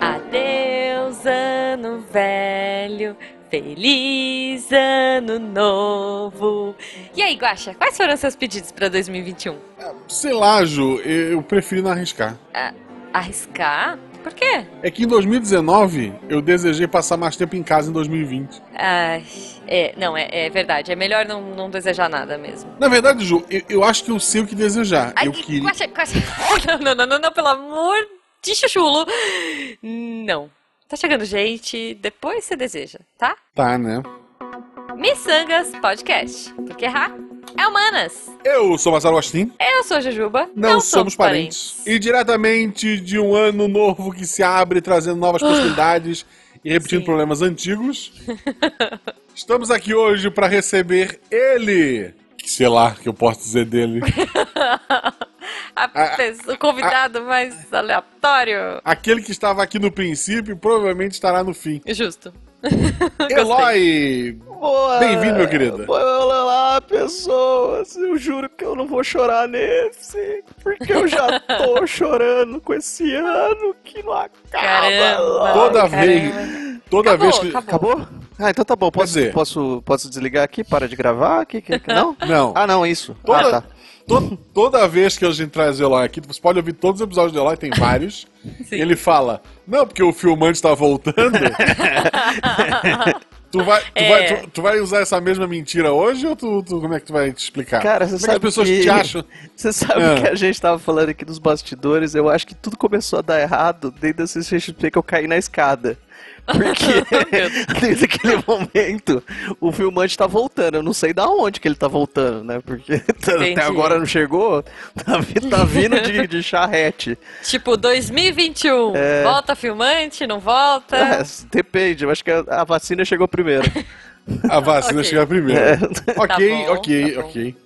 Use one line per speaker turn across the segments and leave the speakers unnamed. Adeus, ano velho. Feliz ano novo. E aí, Guaxa, quais foram seus pedidos para 2021?
Sei lá, Ju, eu prefiro não arriscar.
Ah, arriscar? Por quê?
É que em 2019 eu desejei passar mais tempo em casa em 2020.
Ai, é, não, é, é verdade. É melhor não, não desejar nada mesmo.
Na verdade, Ju, eu, eu acho que eu sei o que desejar.
Ai,
eu que...
Guaxa, Guaxa. Não, não, não, não, não, pelo amor de chuchulo. Não. Tá chegando gente, depois você deseja, tá?
Tá, né?
Missangas Podcast. Porque errar é humanas.
Eu sou Marcelo Agostinho.
É, Eu sou a Jujuba.
Não, somos parentes. E diretamente de um ano novo que se abre, trazendo novas possibilidades e repetindo
Ah. Sim.
problemas antigos. Estamos aqui hoje para receber ele. Que Sei lá o que eu posso dizer dele.
A
Ah,
pessoa- o convidado mais aleatório.
Aquele que estava aqui no princípio provavelmente estará no fim.
Justo.
Eloy!
Boa.
Bem-vindo, meu querido.
Olha lá, pessoas. Eu juro que eu não vou chorar nesse. Porque eu já tô chorando com esse ano que não acaba.
Caramba.
Toda
Caramba.
vez. Toda
Acabou,
vez que.
acabou.
Acabou? Ah, então tá bom. Posso,
dizer-
posso, posso desligar aqui? Para de gravar? Que, que, que- não?
Não.
Ah, não, isso.
Toda,
Ah, tá.
to- toda vez que a gente traz o Eloy aqui, você pode ouvir todos os episódios do Eloy, tem vários.
Sim.
Ele fala, não, porque o filmante tá voltando. tu, vai, tu,
É.
vai, tu, tu vai usar essa mesma mentira hoje ou tu, tu- como é que tu vai te explicar?
Cara, você
como é que as pessoas
sabe que-
te acham?
Você sabe
Ah.
que a gente tava falando aqui nos bastidores, eu acho que tudo começou a dar errado desde a CCXP que eu caí na escada. Porque desde aquele momento o filmante tá voltando. Eu não sei da onde que ele tá voltando, né? Porque
Entendi.
até agora não chegou. Tá, vi- tá vindo de, de charrete.
Tipo, 2021. Volta filmante, não volta?
É, depende, eu acho que a, a vacina chegou primeiro.
A vacina
Ok.
chega primeiro.
É.
Ok,
Tá bom,
ok,
tá bom.
ok.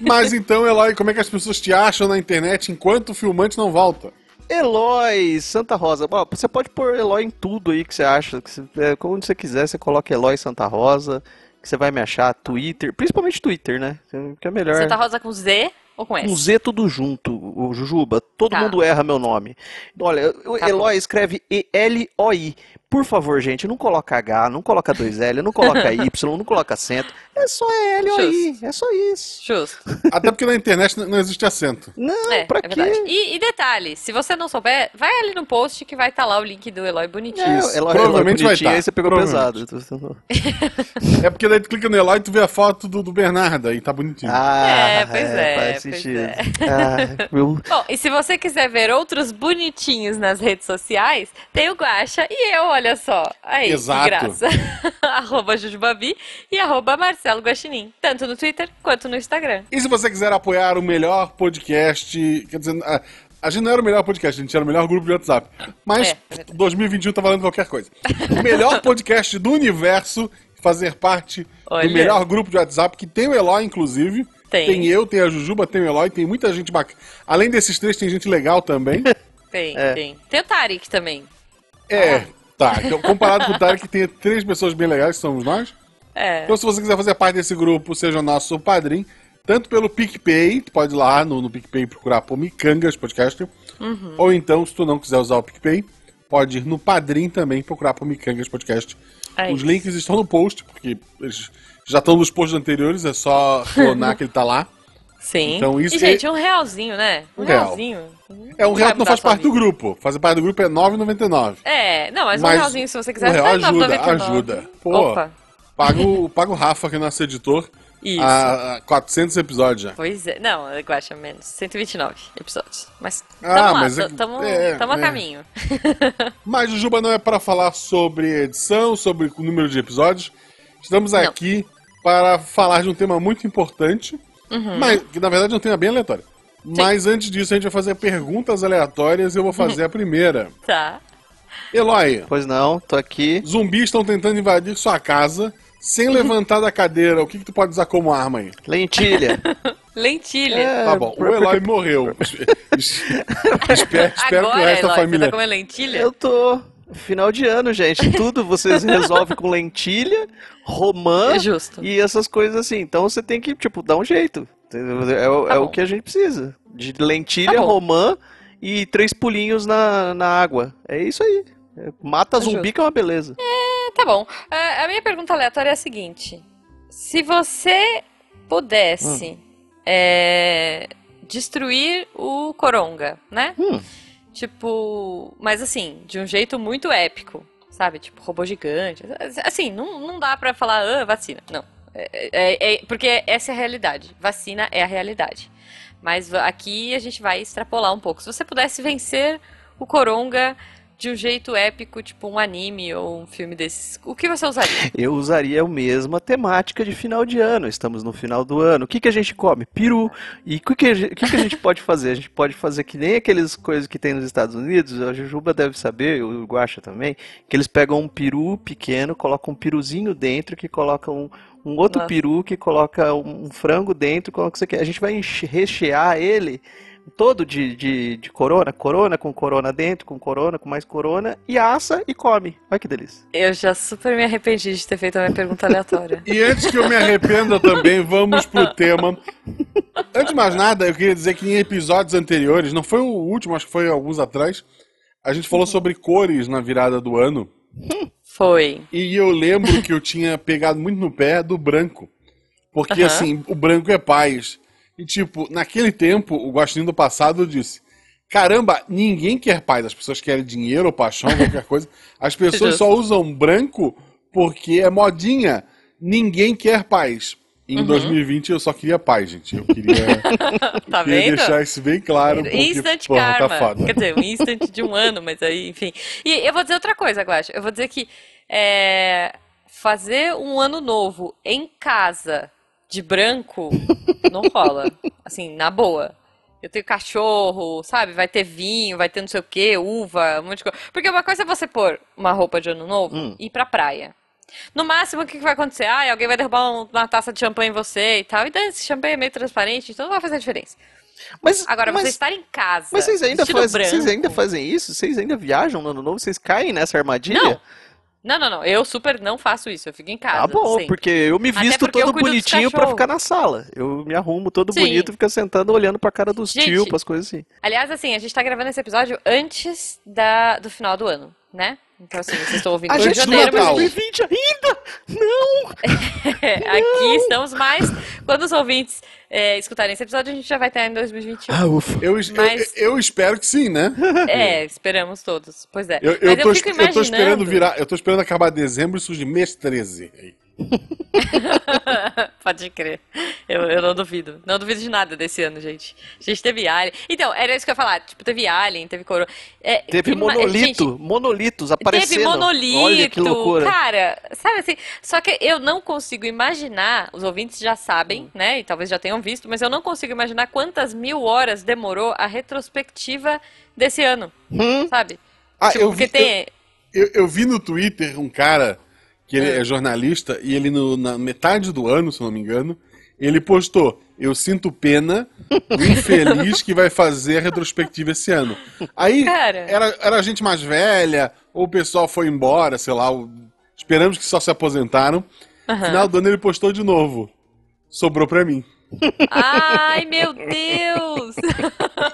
Mas então, Eloy, como é que as pessoas te acham na internet enquanto o filmante não volta?
Eloy, Santa Rosa. Bom, você pode pôr Eloy em tudo aí que você acha. Que você, é, onde você quiser, você coloca Eloy Santa Rosa, que você vai me achar. Twitter, principalmente Twitter, né? Que é melhor.
Santa tá Rosa com Z ou com
Com
S?
Z tudo junto, o Jujuba. Todo
Tá.
mundo erra meu nome. Olha, o
Tá
Eloy escreve E-L-O-I. Por favor, gente, não coloca H, não coloca 2L, não coloca Y, não coloca acento. É só E-L-O-I, é só isso.
Justo.
Até porque na internet não existe acento.
Não,
É,
pra
é
quê?
verdade. E, e detalhe, se você não souber, vai ali no post que vai estar lá o link do Eloy bonitinho.
É,
Isso,
Eloy,
provavelmente vai
Eloy bonitinho,
tá,
aí você pegou
provavelmente.
pesado.
É porque daí tu clica no Eloy e tu vê a foto do, do Bernardo aí, tá bonitinho.
Ah,
É, pois é,
faz
pois
sentido.
é.
Ah, meu-
Bom, e se você quiser ver outros bonitinhos nas redes sociais, tem o Guaxa e eu, olha só. Aí, que
Exato.
graça. arroba Jujubavi e arroba Marcelo Guaxinim. Tanto no Twitter quanto no Instagram.
E se você quiser apoiar o melhor podcast, quer dizer, a, a gente não era o melhor podcast, a gente era o melhor grupo de WhatsApp. Mas
É, é verdade.
2021 tá valendo qualquer coisa. O melhor podcast do universo, fazer parte
Olha.
do melhor grupo de WhatsApp, que tem o Eloy, inclusive.
Tem.
eu, tem a Jujuba, tem o Eloy, tem muita gente bacana. Além desses três, tem gente legal também.
Tem,
É.
tem. Tem o Tarik também.
É, tá. Então, comparado com o Tarek, tem três pessoas bem legais, que somos nós.
É.
Então, se você quiser fazer parte desse grupo, seja nosso padrinho, tanto pelo PicPay, tu pode ir lá no, no PicPay procurar por Micangas Podcast,
Uhum.
ou então, se tu não quiser usar o PicPay, pode ir no Padrim também procurar por Micangas Podcast.
É
Os
isso.
links estão no post, porque eles já estão nos posts anteriores, é só clonar que ele tá lá.
Sim.
Então isso
e,
é-
gente, um realzinho, né? Um
Um real.
realzinho.
É um real que não
mudar
faz
sua
parte do
vida.
grupo. Fazer parte do grupo é R$ 9,99.
É, não, mas, um
Mas
realzinho, se você quiser,
um real
tá em
ajuda,
9,99.
ajuda. Pô.
Opa.
Paga o, paga o Rafa, que é nosso editor,
Isso.
há há 400 episódios já.
Pois é. Não, eu acho menos. 129 episódios. Mas tamo
Ah,
lá,
mas é
t- tamo,
é,
tamo a
é.
caminho.
Mas Jujuba não é para falar sobre edição, sobre o número de episódios. Estamos aqui para falar de um tema muito importante,
Uhum.
mas que na verdade é um tema bem aleatório. Mas antes disso, a gente vai fazer perguntas aleatórias e eu vou
Uhum.
fazer a primeira.
Tá.
Eloy,
Pois não, tô aqui.
zumbis estão tentando invadir sua casa sem
Uhum.
levantar da cadeira. O que, que tu pode usar como arma aí?
Lentilha. É,
Lentilha.
Tá bom, o Eloy morreu. espero espero que o
Agora,
resto da
Eloy, você
família.
tá comendo lentilha?
Eu tô. Final de ano, gente. Tudo vocês resolvem com lentilha, romã
É justo.
e essas coisas assim. Então você tem que, tipo, dar um jeito. É, o-
Tá
é
bom.
o que a gente precisa. De lentilha,
Tá bom.
romã e três pulinhos na, na água. É isso aí. É, Mata
Tá
zumbi
justo.
que é uma beleza.
Tá bom. Ah, A minha pergunta aleatória é a seguinte: se você pudesse é, destruir o Coronga, né?
Hum.
Tipo, mas assim, de um jeito muito épico, sabe? Tipo, robô gigante. Assim, não, não dá pra falar, ah, vacina. Não. É- é- é- porque essa é a realidade. Vacina é a realidade. Mas va- aqui a gente vai extrapolar um pouco. Se você pudesse vencer o Coronga de um jeito épico, tipo um anime ou um filme desses, o que você usaria?
Eu usaria a mesma temática de final de ano. Estamos no final do ano. O que, que a gente come? Peru. E o que, que, a gente- o que que a gente pode fazer? A gente pode fazer que nem aqueles coisas que tem nos Estados Unidos. A Jujuba deve saber, o Guaxa também, que eles pegam um peru pequeno, colocam um peruzinho dentro, que colocam um, um outro
Nossa.
peru, que coloca um, um frango dentro, coloca isso aqui. A gente vai enche- rechear ele todo de, de, de corona, corona com corona dentro, com corona, com mais corona, e assa e come. Olha que delícia.
Eu já super me arrependi de ter feito a minha pergunta aleatória.
E antes que eu me arrependa também, vamos pro tema. Antes de mais nada, eu queria dizer que em episódios anteriores, não foi o último, acho que foi alguns atrás, a gente falou sobre cores na virada do ano.
Foi.
E eu lembro que eu tinha pegado muito no pé do branco. Porque,
Aham.
assim, o branco é paz. E, tipo, naquele tempo, o Guaxinim do passado disse: Caramba, ninguém quer paz. As pessoas querem dinheiro, paixão, qualquer coisa. As pessoas só usam branco porque é modinha. Ninguém quer paz. Em 2020 eu só queria paz, gente. Eu queria,
Uhum. Tá
queria
vendo?
deixar isso bem claro. Porque,
Instant
porra,
karma.
tá foda.
Quer dizer, um instant de um ano, mas aí, enfim. E eu vou dizer outra coisa, Guaxa. Eu vou dizer que é, fazer um ano novo em casa de branco não rola. Assim, na boa. Eu tenho cachorro, sabe? Vai ter vinho, vai ter não sei o quê, uva, um monte de coisa. Porque uma coisa é você pôr uma roupa de ano novo
Hum.
e ir pra praia. No máximo, o que que vai acontecer? Ah, alguém vai derrubar um- uma taça de champanhe em você e tal. E daí, esse champanhe é meio transparente, então não vai fazer diferença.
Mas,
Agora,
mas-
você estar em casa.
Mas vocês ainda,
vestido
faz- vocês
branco-
ainda fazem isso? Vocês ainda viajam no ano novo? Vocês caem nessa armadilha?
Não, Não, não, não. Eu super não faço isso. Eu fico em casa.
Tá bom,
sempre.
porque eu me
Até
visto
porque eu
todo
cuido dos
bonitinho pra
cachorro.
ficar na sala. Eu me arrumo todo
Sim.
bonito, fica sentado olhando pra cara dos
Gente,
tio, pras coisas assim.
Aliás, assim, a gente tá gravando esse episódio antes da, do final do ano, né? Então, assim, vocês estão ouvindo
A
em
gente
do
janeiro, mas
Natal.
a gente-
2020 ainda! Não!
é, aqui estamos mais. Quando os ouvintes é, escutarem esse episódio, a gente já vai estar em 2021.
Ah, ufa.
Eu, eu-
Mas-
eu espero que sim, né?
É, esperamos todos. Pois é.
Eu,
Mas
eu tô,
fico
es- eu tô esperando
imaginando-
virar, eu tô esperando acabar dezembro e surge mês 13.
Pode crer. Eu, eu não duvido. Não duvido de nada desse ano, gente. A gente teve Alien. Então, era isso que eu ia falar. Tipo, teve Alien, teve Corona. É,
Teve
tem uma-
monolito,
gente,
monolitos aparecendo.
Teve monolito,
Olha que loucura.
cara, sabe assim, só que eu não consigo imaginar, os ouvintes já
Hum.
sabem, né, e talvez já tenham visto, mas eu não consigo imaginar quantas mil horas demorou a retrospectiva desse ano,
Hum,
sabe?
Ah,
Tipo,
eu
porque
vi,
tem,
eu, eu vi no Twitter um cara que
Ah.
ele é jornalista e ele no- na metade do ano, se eu não me engano, ele postou: Eu sinto pena do infeliz que vai fazer a retrospectiva esse ano. Aí
Cara.
era, era gente mais velha, ou o pessoal foi embora, sei lá, o- esperamos que só se aposentaram.
Aham.
Final do ano ele postou de novo. Sobrou pra mim.
ai meu Deus,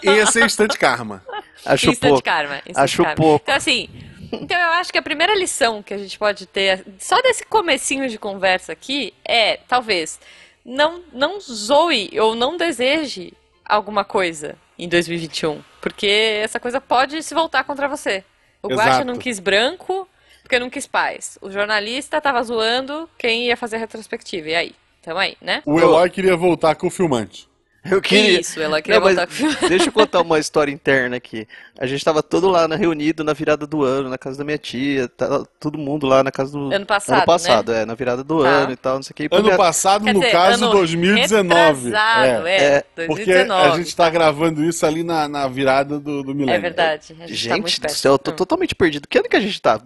Esse é instante karma.
acho
Instant
pouco.
karma, instant
Acho
karma.
pouco.
Então assim, então eu acho que a primeira lição que a gente pode ter só desse comecinho de conversa aqui é, talvez, não não zoe ou não deseje alguma coisa em 2021, porque essa coisa pode se voltar contra você. O Guaxa
Exato.
não quis branco, porque não quis paz. O jornalista tava zoando quem ia fazer a retrospectiva. E aí? Tamo aí, né? É
O Eloy queria voltar com o filmante.
Eu queria.
Isso, ela queria
Não, mas
voltar com o filme.
Deixa eu contar uma história interna aqui. A gente tava todo lá na- reunido na virada do ano, na casa da minha tia, tava todo mundo lá na casa do
Ano passado, né?
ano passado, é, na virada do
Tá.
ano e tal, não sei o que. E pra
Ano
minha-
passado,
Quer
no
dizer,
caso,
ano
2019.
Retrasado,
É,
é,
É,
Porque a gente tá gravando isso ali na, na virada do, do milênio.
É verdade. A gente, tá muito
Gente do
perto.
céu, eu tô
Hum.
totalmente perdido. Que ano que a gente tá?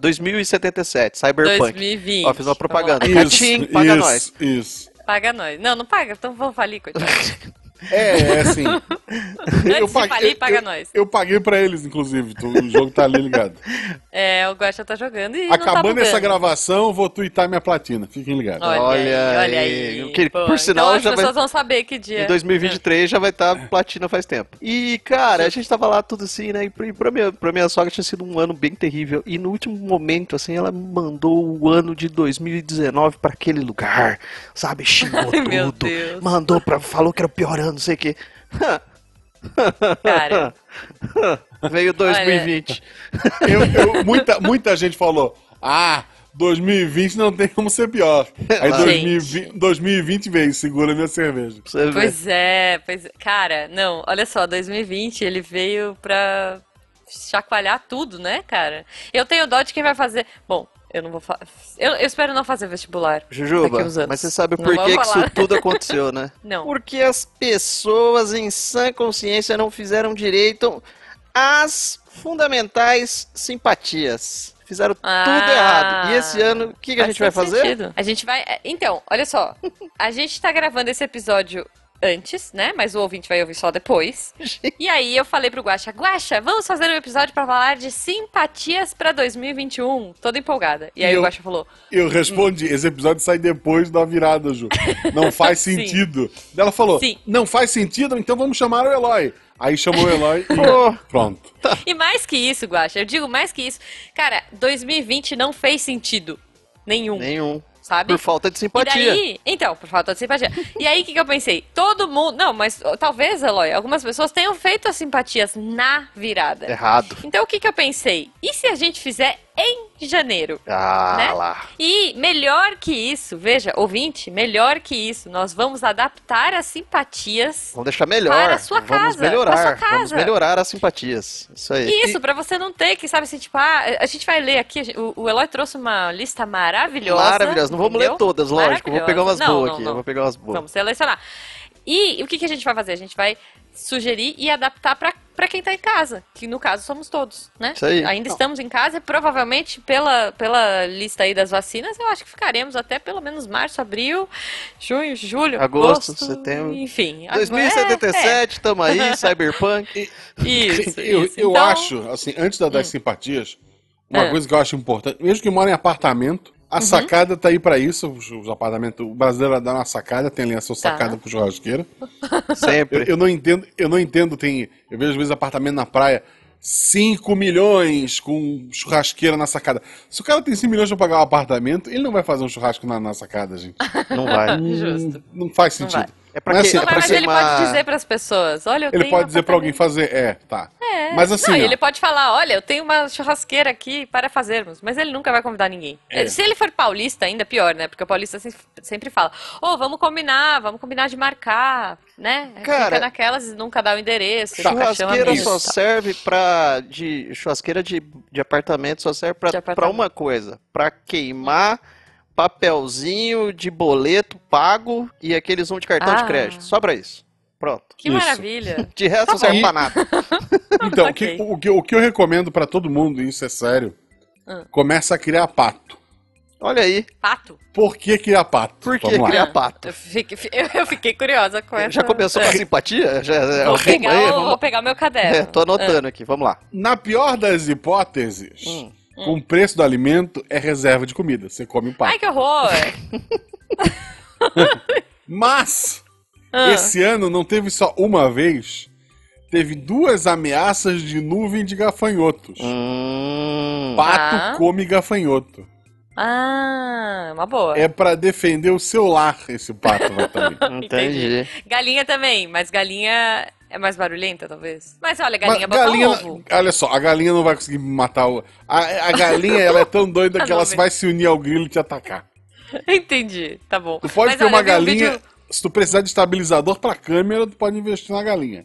2077, Cyberpunk.
2020.
Ó, fiz uma
Vamos lá.
propaganda.
Isso,
Catim, paga
isso,
nós.
isso.
Paga nós. Não, não paga, então vamos falir, coitado.
É, é assim.
Antes de falir, paga
eu,
nós.
eu paguei pra eles, inclusive. Tu- o jogo tá ali ligado.
É, o Guaxa tá jogando e não
Acabando
tá
essa
bugando.
gravação, eu vou tweetar minha platina. Fiquem ligados.
Olha,
Olha
aí, olha
aí.
aí.
Que,
pô.
por sinal,
então as
já vai-
pessoas vão saber que dia.
Em 2023 já vai estar platina faz tempo. E, cara, a gente tava lá tudo assim, né? E pra, e pra minha, pra minha sogra tinha sido um ano bem terrível. E no último momento, assim, ela mandou o ano de 2019 pra aquele lugar, sabe? Xingou
Ai, meu
tudo.
Deus.
Mandou pra. Falou que era o pior ano, não sei o quê.
Cara.
Veio 2020.
Eu- eu- muita, muita gente falou: ah, 2020 não tem como ser pior. Aí
Gente.
2020, 2020 veio, segura minha cerveja.
Pra Você ver.
Pois é, pois é. Cara, não, olha só, 2020 ele veio pra chacoalhar tudo, né, cara? Eu tenho dó de quem vai fazer. Bom, eu não vou fa... eu, eu espero não fazer vestibular. daqui
Jujuba,
uns anos.
mas você sabe
Não
por que,
vamos
que isso
falar.
tudo aconteceu, né?
Não.
Porque as pessoas em sã consciência não fizeram direito às fundamentais simpatias. Fizeram
Ah.
tudo errado. E esse ano, o que, que a
Faz
gente vai
todo
fazer?
sentido. A gente vai. é, Então, olha só. A gente tá gravando esse episódio antes, né? Mas o ouvinte vai ouvir só depois. E aí eu falei pro Guaxa, Guaxa, vamos fazer um episódio pra falar de simpatias pra 2021. Toda empolgada. E aí
E eu-
o Guaxa falou,
Eu respondi, esse episódio sai depois da virada, Ju. Não faz
Sim.
sentido. Daí Ela falou,
Sim.
não faz sentido, então vamos chamar o Eloy. Aí chamou o Eloy
Oh.
Pô.
e pronto.
E mais que isso, Guaxa, eu digo mais que isso. Cara, 2020 não fez sentido nenhum,
Nenhum.
sabe?
Por falta de
E
simpatia.
daí, então, por falta de simpatia. E aí, o que, que eu pensei? Todo mundo. Não, mas ó, talvez, Eloy, algumas pessoas tenham feito as simpatias na virada.
Errado.
Então, o que, que eu pensei? E se a gente fizer em janeiro?
Ah
Né?
lá.
E melhor que isso, veja, ouvinte, melhor que isso, nós vamos adaptar as simpatias.
Vamos deixar melhor.
Para a sua
Vamos
casa,
melhorar.
para a sua
Vamos
casa.
melhorar as simpatias. Isso aí.
Isso, pra você não ter que, sabe, assim, tipo, ah, a gente vai ler aqui, a gente- o, o Eloy trouxe uma lista maravilhosa.
Maravilhoso. Não vamos ler
entendeu?
todas, lógico. Vou pegar umas
Maravilhosa. Não,
boas
não,
aqui.
não.
Eu vou pegar umas boas.
Vamos selecionar. E o que, que a gente vai fazer? A gente vai sugerir e adaptar pra pra quem tá em casa, que no caso somos todos, né?
Isso aí.
Ainda
Não.
estamos em casa e provavelmente pela, pela lista aí das vacinas, eu acho que ficaremos até pelo menos março, abril, junho, julho,
Agosto,
agosto,
setembro.
enfim. agora-
2077, tamo aí, Cyberpunk.
é, é. Isso,
eu
isso.
eu
Então, Hum.
acho, assim, antes da- das simpatias, uma
Ah. Uhum.
coisa que eu acho importante, mesmo que mora em apartamento, a sacada tá aí pra isso. Os, os apartamentos, o brasileiro dá uma sacada, tem ali a sua
Tá.
sacada pro churrasqueira. Eu,
Sempre.
eu não entendo, eu não entendo, tem. Eu vejo às vezes apartamento na praia, 5 milhões com churrasqueira na sacada. Se o cara tem 5 milhões pra pagar um apartamento, ele não vai fazer um churrasco na, na sacada, gente.
Não vai.
Ah, Justo.
Não faz
Não
sentido.
vai.
É pra
Mas, assim,
quê?
Não,
é pra
mas,
ser
ele
uma-
pode dizer pras pessoas, olha, eu
Ele
tenho
pode
um
dizer pra alguém
apartamento.
fazer, é, tá.
É.
Mas assim,
Não, e
ó,
ele pode falar, olha, eu tenho uma churrasqueira aqui para fazermos, mas ele nunca vai convidar ninguém.
É.
Se ele for paulista, ainda pior, né? Porque o paulista se- sempre fala, ô, vamos combinar, vamos combinar de marcar, né?
Cara-
Fica naquelas e nunca dá o endereço.
tá.
nunca chama
Churrasqueira
amigos
só
e tal.
serve pra. De, churrasqueira de, de apartamento só serve
De
pra, pra
apartamento.
uma coisa: pra queimar papelzinho de boleto pago e aqueles um de cartão de
Ah.
crédito. Só pra isso. Pronto.
Que
Isso.
maravilha.
De resto não serve
bom.
pra nada.
Então, o,
Ok.
que, o, que, o que eu recomendo pra todo mundo, e isso é sério,
Ah.
começa a criar pato.
Olha aí.
Pato.
Por que criar pato?
Por que
Vamos lá.
criar pato?
Eu fiquei, eu fiquei curiosa com essa.
Já começou com a simpatia? Já, é
Vou
o rima
pegar,
aí?
o,
Vamos
vou
lá.
pegar o meu caderno.
É, tô anotando aqui, vamos lá.
Na pior das hipóteses,
Hum.
com o preço do alimento é reserva de comida. Você come um o pato.
Ai, que horror.
Mas
Ah.
esse ano não teve só uma vez, teve duas ameaças de nuvem de gafanhotos.
Hum.
Pato
Ah.
come gafanhoto.
Ah, uma boa.
É pra defender o seu lar esse pato vai também.
Entendi.
Galinha também, mas galinha é mais barulhenta, talvez. Mas olha, galinha
Mas
botou ovo.
olha só, a galinha não vai conseguir matar o a, a galinha, ela é tão doida
A
que ela
nuvem.
vai se unir ao grilo e te atacar.
Entendi, tá bom.
Tu pode
mas
ter
olha,
uma
eu vi um
galinha.
vídeo-
Se tu precisar de estabilizador pra câmera, tu pode investir na galinha.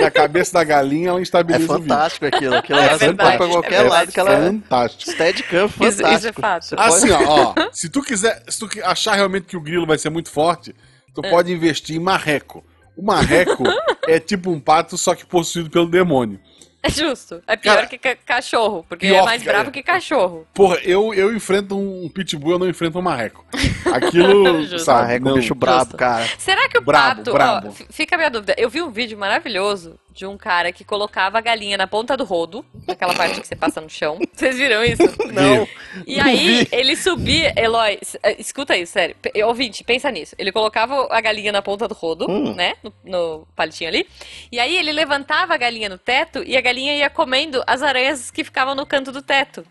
Na cabeça da galinha, ela
É
estabiliza o vídeo.
fantástico aquilo. Aquilo lá
É
você
verdade,
põe pra
é
qualquer
verdade.
lado que ela é.
Fantástico.
Steadicam
Isso-
fantástico.
isso é fato.
Você pode-
Assim, ó, ó, se tu quiser, se tu que- achar realmente que o grilo vai ser muito forte, tu pode é investir em marreco. O marreco é tipo um pato, só que possuído pelo demônio.
É justo. É pior
Cara,
que ca- cachorro, porque é
pior,
mais
cara.
bravo que cachorro.
Porra, eu, eu enfrento um pitbull, eu não enfrento um marreco. Aquilo,
Justo.
sabe?
Marreco é um
não.
bicho brabo,
Justo.
cara.
Será que o
Brabo,
pato.
brabo.
ó, f- fica a minha dúvida. Eu vi um vídeo maravilhoso de um cara que colocava a galinha na ponta do rodo, naquela parte que você passa no chão. Vocês viram isso?
Não.
E
Não
aí,
vi.
ele subia, Eloy, s- eh, escuta isso, sério. P- Ouvinte, pensa nisso. Ele colocava a galinha na ponta do rodo,
Hum.
né? No, no palitinho ali. E aí ele levantava a galinha no teto e a galinha ia comendo as aranhas que ficavam no canto do teto.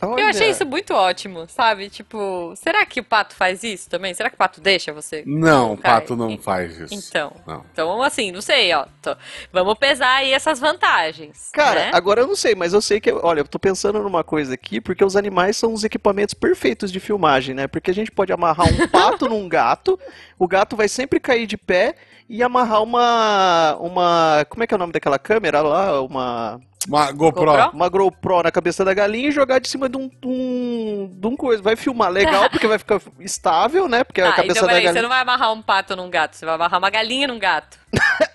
Eu achei isso muito ótimo, sabe? Tipo, será que o pato faz isso também? Será que o pato deixa você?
Não, o
Cara,
pato não
en-
faz isso.
Então.
Não.
Então, assim, não sei, ó. Tô- Vamos pesar aí essas vantagens.
Cara,
né?
agora eu não sei, mas eu sei que. Olha, eu tô pensando numa coisa aqui, porque os animais são os equipamentos perfeitos de filmagem, né? Porque a gente pode amarrar um pato num gato, o gato vai sempre cair de pé e amarrar uma. uma. Como é que é o nome daquela câmera lá? Uma.
Uma GoPro.
GoPro?
Uma GoPro na cabeça da galinha e jogar de cima de um. de um, de um coisa. Vai filmar legal, porque vai ficar estável, né? Porque a
Tá,
cabeça
então
da
peraí, você
galinha.
não vai amarrar um pato num gato, você vai amarrar uma galinha num gato.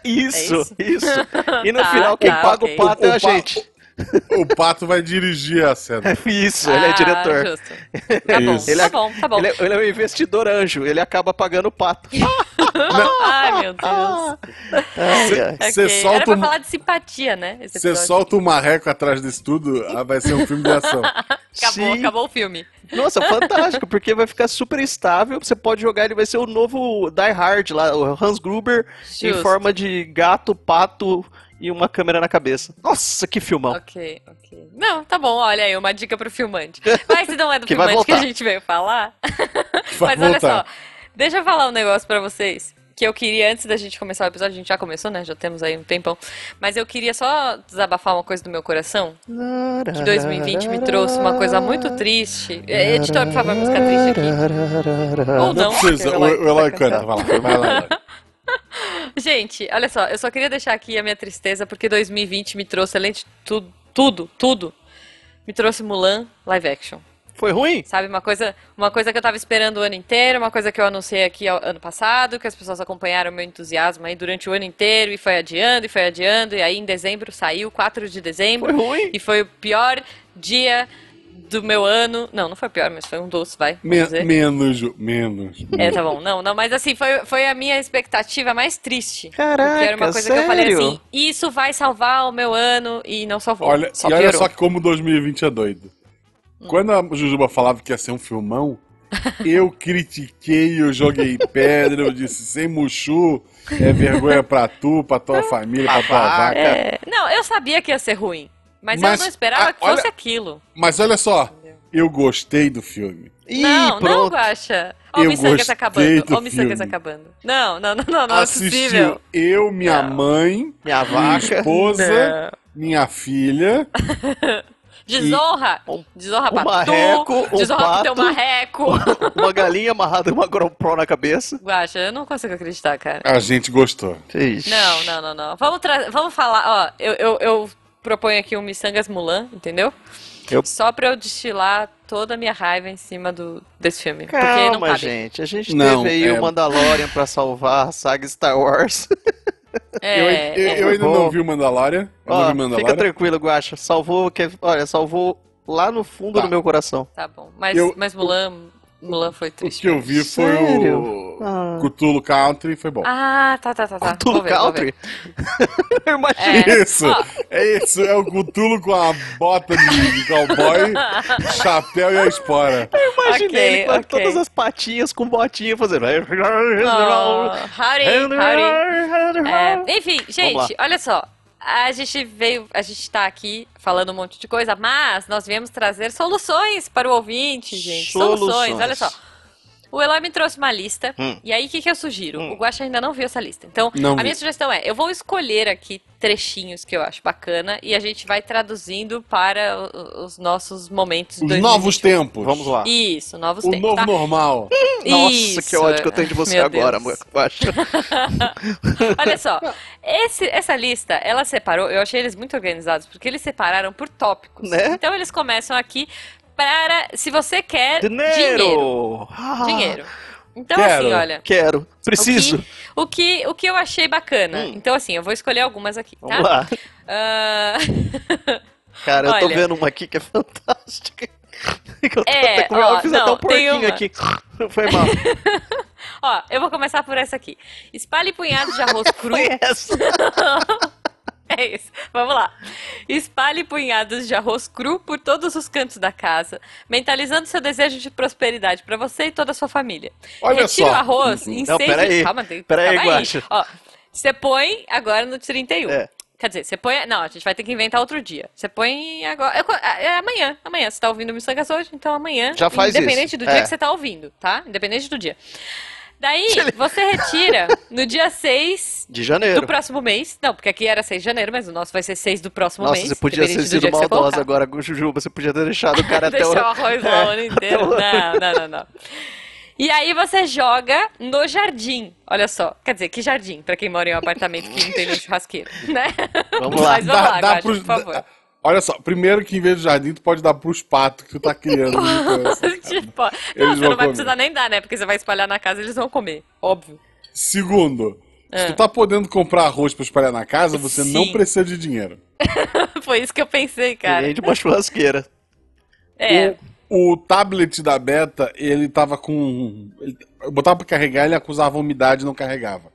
Isso, isso, E no
É Tá,
final, quem
tá,
paga
ok.
o pato é
O pa-
a gente.
O pato vai dirigir a cena.
Isso, ele é
Ah,
diretor.
justo. Tá bom,
Isso.
tá
Ele é-
bom, tá bom.
Ele é, ele é um investidor anjo, ele acaba pagando o pato.
Ai, meu Deus.
Ai, ai.
Ok.
Você
Era
Ah. solta
pra
um-
falar de simpatia, né? esse
Você
episódio.
solta o marreco atrás disso tudo, ah, vai ser um filme de ação.
Acabou,
Sim.
acabou o filme.
Nossa, fantástico, porque vai ficar super estável, você pode jogar, ele vai ser o novo Die Hard lá, o Hans Gruber, em
Justo.
forma de gato, pato e uma câmera na cabeça. Nossa, que filmão.
Ok, ok. Não, tá bom, olha aí, uma dica pro filmante. Mas se não é do
Que vai
filmante que a
voltar.
gente veio falar.
Vai
Mas olha só,
voltar.
deixa eu falar um negócio pra vocês. Que eu queria, antes da gente começar o episódio, a gente já começou, né? Já temos aí um tempão. Mas eu queria só desabafar uma coisa do meu coração. Que 2020 me trouxe uma coisa muito triste. É, Editor, por favor, música triste aqui. Ou não.
Não precisa,
porque
o o Eloy canta.
cantar.
Vai lá, vai lá. Eloy.
Gente, olha só, eu só queria deixar aqui a minha tristeza, porque 2020 me trouxe, além de tudo, tudo, tudo, me trouxe Mulan live action.
Foi ruim?
Sabe, uma coisa, uma coisa que eu tava esperando o ano inteiro, uma coisa que eu anunciei aqui ao- ano passado, que as pessoas acompanharam o meu entusiasmo aí durante o ano inteiro e foi adiando e foi adiando, e aí em dezembro saiu, 4 de dezembro,
Foi ruim?
e foi o pior dia do meu ano. Não, não foi o pior, mas foi um doce, vai. vamos
Men-
dizer.
menos, Ju, menos.
É, tá bom. Não, não, mas assim, foi, foi a minha expectativa mais triste. porque era
Caraca,
uma coisa
sério?
que eu falei assim, isso vai salvar o meu ano e não salvou.
Olha,
só
e olha
piorou. Hum.
só como 2020 é doido. Quando a Jujuba falava que ia ser um filmão, eu critiquei, eu joguei pedra, eu disse sem muxu, é vergonha pra tu, pra tua família, pra tua vaca.
É, não, eu sabia que ia ser ruim, mas,
Mas,
eu não esperava
ah,
que fosse
olha-
aquilo.
Mas olha só, eu gostei do filme.
Ih,
não, não,
pronto.
Guaxa. Ó, o
Eu
Missangas
gostei
acabando.
do
Ó, o Missangas
filme.
acabando. Não, não, não, não, não é
Assistiu
possível.
eu, minha
Não.
mãe,
Minha
minha
vaca,
Não.
esposa, minha filha.
Desonra!
Um-
Desonra
um
pra
marreco,
tu!
um
desonra pro teu
pato.
marreco!
uma galinha amarrada com uma GoPro na cabeça.
Guaxa, eu não consigo acreditar, cara.
A gente gostou.
Ixi.
Não, não, não, não. Vamos, tra- vamos falar, ó, eu, eu, eu proponho aqui um Missangas Mulan, entendeu?
Eu-
Só pra eu destilar toda a minha raiva em cima do, desse filme. porque não
Calma,
cabe.
gente. A gente
Não,
teve aí
é-
o Mandalorian pra salvar a saga Star Wars.
É,
eu, eu-
é.
eu ainda
Bom.
não vi o Mandalorian. Eu não vi
Ó,
o
fica
Mandalorian.
tranquilo, Guaxa. Salvou, que... olha, salvou lá no fundo
Tá.
do meu coração.
Tá bom. Mas,
Eu-
mas Mulan, Mulan foi
O
triste.
que eu vi foi
Sério?
o
Ah.
Cthulhu Country, foi bom.
Ah, tá, tá, tá, tá.
Cthulhu
Vou ver, vou ver.
Country? Eu imagino.
É.
Isso,
Ó.
é isso, é o Cthulhu com a bota de de cowboy, chapéu e a espora.
Imaginei ele com
É, Ok, ok.
todas as patinhas com botinha fazendo.
Oh, howdy, howdy. É, enfim,
lá.
gente, olha só. A gente veio, a gente tá aqui falando um monte de coisa, mas nós viemos trazer soluções para o ouvinte, gente. soluções olha só. O Eloy me trouxe uma lista.
Hum.
E aí, o que, que eu sugiro?
Hum.
O Guaxa ainda não viu essa lista. Então,
Não
a
vi.
minha sugestão é: eu vou escolher aqui trechinhos que eu acho bacana e a gente vai traduzindo para o- os nossos momentos.
Os
2021.
novos tempos.
Vamos lá.
Isso, novos
O
tempos.
novo
tá?
normal.
Nossa, que
Isso,
ódio que eu tenho de você
meu
agora,
Deus.
Guaxa.
Olha só, esse- essa lista, ela separou, eu achei eles muito organizados, porque eles separaram por tópicos.
Né?
Então eles começam aqui para, se você quer
Dinheiro!
dinheiro.
Ah,
Dinheiro. Então
Quero.
assim, olha,
Quero. Preciso.
O que, O que, o que eu achei bacana.
Hum.
Então, assim, eu vou escolher algumas aqui, tá?
Vamos lá.
Ah,
Cara, eu tô
Olha.
vendo uma aqui que é fantástica. Que eu, tô
É,
até com- eu
ó,
fiz até
não,
um
tem
porquinho
uma.
aqui. Foi mal.
ó, eu vou começar por essa aqui. Espalhe punhados de arroz cru.
Foi essa.
É isso. Vamos lá. Espalhe punhados de arroz cru por todos os cantos da casa, mentalizando seu desejo de prosperidade para você e toda a sua família.
Olha
Retire
só.
o arroz em
Uhum. Não,
seis...
peraí.
Calma, tem...
Peraí,
calma aí.
Guaxa.
Ó, você põe agora no 31.
É.
Quer dizer, você põe... Não, a gente vai ter que inventar outro dia. Você põe agora... eu co- É amanhã. Amanhã. Você tá ouvindo o Missangas hoje, então amanhã.
Já faz isso.
Independente do dia
É.
que você tá ouvindo, tá? Independente do dia. Daí,
Ele-
você retira no dia 6
De
do
janeiro.
próximo mês. Não, porque aqui era 6 de janeiro, mas o nosso vai ser 6 do próximo
Nossa,
mês.
você podia
independente
ter
do
sido
dia que você
maldosa
colocar.
agora com o Jujuba. Você podia ter deixado o cara até o...
Deixar o arroz lá o ano inteiro.
o-
Não, não, não, não. E aí você joga no jardim. Olha só. Quer dizer, que jardim? Pra quem mora em um apartamento que não tem nem churrasqueiro, né?
Vamos lá.
Mas vamos lá, Guaxa,
pros-
por favor.
dá- olha só, primeiro que em vez do jardim, tu pode dar pros patos que tu tá criando. né?
tipo, não, você não
vão
vai
comer.
precisar nem dar, né? Porque você vai espalhar na casa e eles vão comer. Óbvio.
Segundo, se tu tá podendo comprar arroz pra espalhar na casa, você
Ah. Sim.
não precisa de dinheiro.
Foi isso que eu pensei,
E
cara.
aí de uma churrasqueira.
É.
O, o tablet da Beta, ele tava com. ele- eu botava pra carregar, ele acusava umidade e não carregava.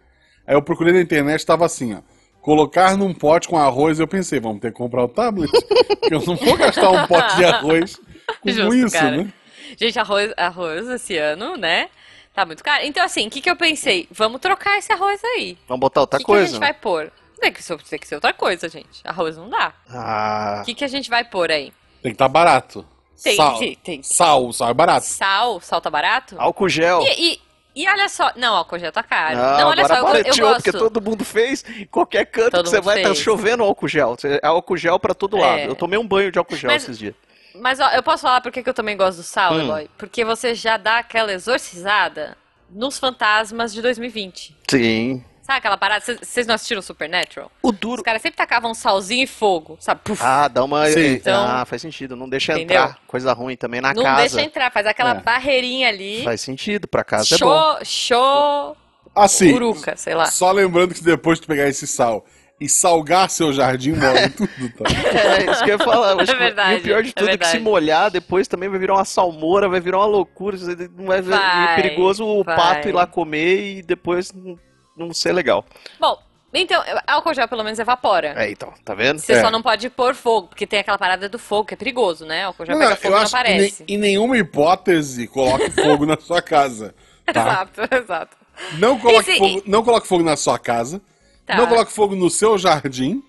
Aí eu procurei na internet, tava assim, ó. Colocar num pote com arroz, eu pensei, vamos ter que comprar o tablet. porque eu não vou gastar um pote de arroz com
Justo,
isso,
cara.
né?
Gente, arroz, arroz esse ano, né? Tá muito caro. Então, assim, o que, que eu pensei? Vamos trocar esse arroz aí.
Vamos botar
O
outra
que, que a
coisa. né?
gente vai pôr? Tem que, ser- tem que ser outra coisa, gente. Arroz não dá.
Ah,
O que, que a gente vai pôr aí?
Tem que estar barato.
Tem,
sal.
tem, tem.
Sal, sal é barato.
Sal? Sal tá barato?
álcool gel.
E, e, e olha só. Não, álcool já tá caro.
Ah,
não, olha
agora
só, eu, eu
barateou, porque
gosto.
todo mundo fez. Em qualquer canto
Todo
que você
mundo
vai, tá
fez.
chovendo álcool gel. Você- É álcool gel pra todo
É.
lado. Eu tomei um banho de álcool gel
Mas-
esses dias.
Mas ó, eu posso falar porque que eu também gosto do sal,
Hum.
Eloy? Porque você já dá aquela exorcizada nos fantasmas de 2020.
Sim.
Sabe aquela parada? Vocês- Vocês não assistiram Supernatural?
O
Os
duro...
caras sempre tacavam salzinho e fogo, sabe? Puf.
Ah, dá uma...
Sim.
Então-
Ah, faz sentido. Não deixa
Entendeu?
entrar coisa ruim também na
não
casa.
deixa entrar, faz aquela
É.
barreirinha ali.
Faz sentido, pra casa é bom.
show, show,
Assim,
uruca, sei lá.
só lembrando que depois de tu pegar esse sal e salgar seu jardim, molha tudo, tá?
É, isso que eu ia falar. Eu acho
É
que-
verdade,
e o pior de
é
tudo é, que se
verdade.
molhar depois também vai virar uma salmoura, vai virar uma loucura. você Não vai, ver-
Vai,
é perigoso o
vai.
pato ir lá comer e depois não, não ser legal.
Bom, então, álcool gel pelo menos evapora.
É, então, tá vendo?
Você
É.
só não pode pôr fogo, porque tem aquela parada do fogo, que é perigoso, né? Álcool gel
Não,
pega
não,
fogo e não aparece.
Que ne- em nenhuma hipótese coloque fogo na sua casa. Tá?
Exato, exato.
Não, coloque
Esse-
fogo, não coloque fogo na sua casa.
Tá.
Não coloque fogo no seu jardim.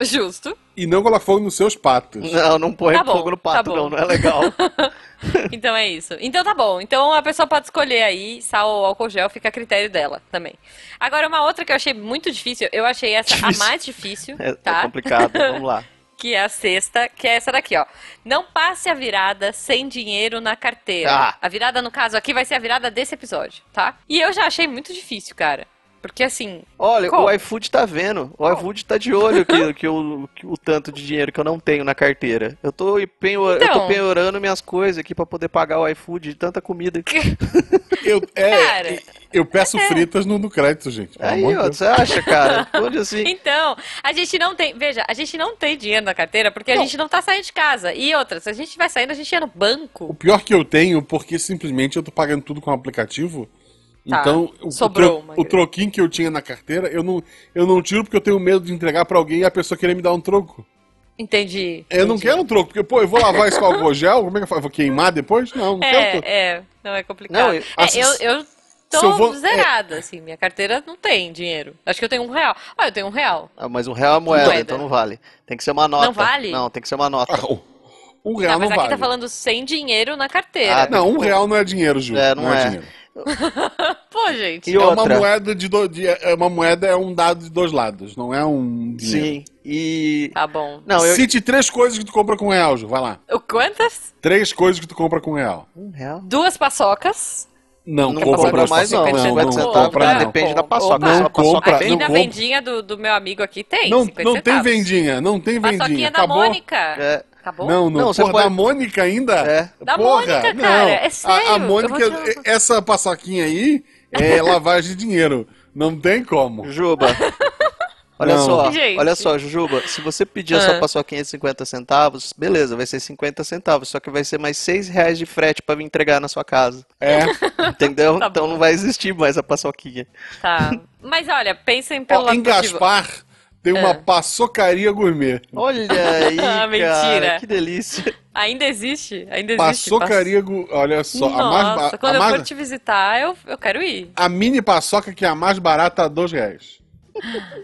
Justo.
E não coloque fogo nos seus patos.
Não, não põe
Tá bom,
fogo no pato,
tá bom.
não, não é legal.
Então é isso. Então tá bom. Então a pessoa pode escolher aí sal ou álcool gel, fica a critério dela também. Agora, uma outra que eu achei muito difícil, eu achei essa
Difícil.
a mais difícil,
É, é
tá?
complicado, vamos lá.
que é a sexta, que é essa daqui, ó. Não passe a virada sem dinheiro na carteira.
Ah.
Tá.
A virada, no caso, aqui vai ser a virada desse episódio, tá? E eu já achei muito difícil, cara. Porque assim.
Olha,
Como?
o iFood tá vendo. O iFood tá de olho que, que, eu, que o tanto de dinheiro que eu não tenho na carteira. Eu tô, penho, eu tô
Então.
penhorando minhas coisas aqui pra poder pagar o iFood de tanta comida.
Eu, é,
Cara.
e- eu peço
É.
fritas no, no crédito, gente. pelo
Aí,
amor de
ó,
Deus.
você acha, cara? Onde assim?
Então, a gente não tem. Veja, a gente não tem dinheiro na carteira porque a
Não.
gente não tá saindo de casa. E outra, se a gente vai saindo, a gente ia no
O
banco.
pior que eu tenho, porque simplesmente eu tô pagando tudo com o aplicativo.
Tá,
Então, o,
sobrou
o,
uma
tro, o
grana.
troquinho que eu tinha na carteira, eu não, eu não tiro porque eu tenho medo de entregar pra alguém e a pessoa querer me dar um troco.
Entendi.
Eu não
entendi.
quero um troco, porque, pô, eu vou lavar esse com álcool gel, como é que eu faço? Vou queimar depois? Não, não quero troco.
É, é, não é complicado.
Não, eu-
É,
assim,
eu, eu
se eu
tô
vou- é.
zerada, assim. Minha carteira não tem dinheiro. Acho que eu tenho um real. Ah, eu tenho um real.
Ah, mas um real é moeda,
Moeda.
então não vale. Tem que ser uma nota.
vale?
Não, tem que ser uma nota.
Ah, um- um
Não,
real
mas
não,
aqui
vale.
tá falando sem dinheiro na carteira.
Ah,
Não, um real não é dinheiro, Ju.
É, não é.
dinheiro. Ah.
Pô, gente.
E
É uma
outra?
moeda de, do- de- é uma moeda é um dado de dois lados, não é um dinheiro.
Sim. E.
Tá bom.
Não, eu.
Cite três coisas que tu compra com um real, Ju. Vai lá.
O quantas?
Três coisas que tu compra com um real.
Um real?
Duas paçocas.
Não,
Não
compra,
compra
duas
mais, não.
paçocas.
não,
50
não
centavos,
compra,
né?
não.
Depende da
Não
paçoca.
compra.
Se uma paçoca
Compra,
Aqui
não
na
compra.
vendinha do, do meu amigo aqui tem.
Não,
50
não tem
centavos.
vendinha, não tem vendinha.
Paçoquinha da
Acabou.
Mônica.
É.
Acabou?
Não, não.
Não, você
Porra,
pode-
da Mônica ainda?
É.
Da Mônica, cara,
não.
é
A-
sério,
A,
eu vou
Mônica, eh,
tirar uma-
essa paçoquinha aí é lavagem de dinheiro. Não tem como.
Juba. Olha
Não.
só,
Gente.
olha só, Jujuba, se você pedir a
Ah.
sua paçoquinha 550 centavos, beleza, vai ser 50 centavos, só que vai ser mais 6 reais de frete pra vir entregar na sua casa,
É.
entendeu?
Tá
então não vai existir mais a paçoquinha.
Tá. Mas olha, pensem pelo
Ó,
lado
em
positivo.
Gaspar tem
É.
uma paçocaria gourmet.
Olha aí,
Ah,
cara,
mentira.
que delícia.
Ainda existe? Ainda existe?
Paçocaria, gu- olha só, a mais,
Nossa,
ba-
quando
a,
eu
mais-
for te visitar, eu, eu quero ir.
a mini paçoca que é a mais barata a dois reais.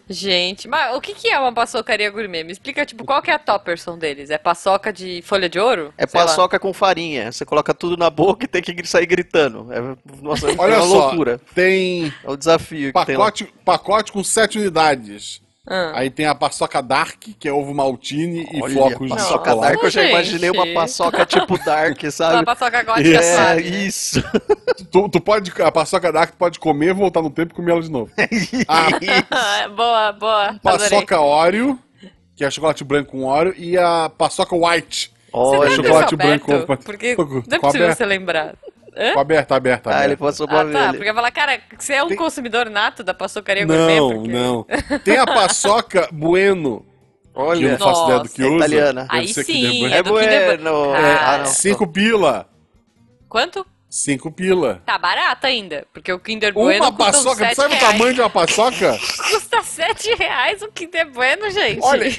Gente, mas o que, que é uma paçocaria gourmet? Me explica, tipo, qual que é a topperson deles? É paçoca de folha de ouro?
É
Sei lá.
paçoca com farinha, você coloca tudo na boca e tem que gri- sair gritando. É, nossa, é
Olha
uma
só,
loucura.
tem
É o desafio que tem lá.
pacote, pacote com sete unidades.
Ah.
Aí tem a paçoca dark, que é ovo maltine e
Olha,
flocos de
paçoca
Nossa,
chocolate.
dark, eu já
gente.
imaginei uma paçoca tipo dark,
Uma
sabe?
paçoca gótica, né?
Yes.
É,
sabe?
isso.
Tu, tu pode, a paçoca dark tu pode comer, voltar no tempo e comer ela de novo. A
Ah, boa, boa. Adorei.
paçoca Oreo, que é chocolate branco com Oreo, e a paçoca white.
Você
Olha,
deve ter
chocolate
souberto,
branco com-
Porque
com-
não é
com
possível
aberto.
você lembrar. Hã?
Com aberta, aberta,
Ah, ele
aberta.
passou
Ah, tá.
pra ver.
Porque eu ia falar, cara, você é um consumidor nato da paçocaria gourmet?
Não,
porque...
não. Tem a paçoca bueno, que eu não
Olha,
faço ideia do
Nossa,
que
é
usa.
italiana.
Deve
Aí
ser que
sim,
deve-
é
É
do Kinder Bueno.
bueno.
Cara,
Ah, não.
Cinco pila.
Quanto?
Cinco pila.
Tá barato ainda, porque o Kinder Bueno
uma
custa uns
paçoca, tu
sete
sabe o
reais.
tamanho de uma paçoca?
Custa 7 reais o Kinder Bueno, gente.
Olha, é-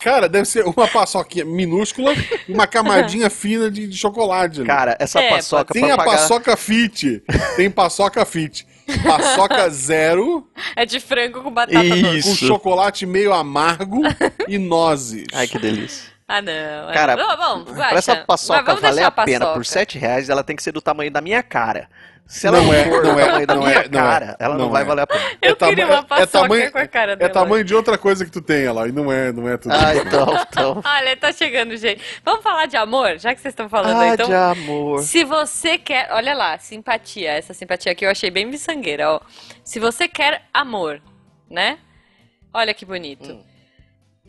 cara, deve ser uma paçoquinha minúscula e uma camadinha fina de, de chocolate. né?
Cara, essa
É,
paçoca
tem
pra
a
pagar...
paçoca fit, tem paçoca fit, paçoca zero
É de frango com batata doce.
Isso.
com chocolate meio amargo e nozes.
Ai, que delícia.
Ah, não. é-
Cara,
Bom, bom,
Pra
Guaxa,
essa
mas
paçoca
vamos
valer
deixar
a pena por
paçoca.
7 reais, ela tem que ser do tamanho da minha cara. Se ela
Não
não
é,
for
não
do
é,
tamanho da
não
minha
é, não é.
cara, ela não
Não
vai
é.
valer a pena.
Eu
tama-
queria uma paçoca
tamanho-
com a cara
É
dela.
tamanho de outra coisa que tu tem, ela, e não é, não é tudo.
Ah, então, então.
Olha, tá chegando, gente. Vamos falar de amor, já que vocês estão falando aí.
Ah,
Então,
de amor.
Se você quer, olha lá, simpatia, essa simpatia aqui eu achei bem miçangueira, ó. Se você quer amor, né? Olha que bonito.
Hum.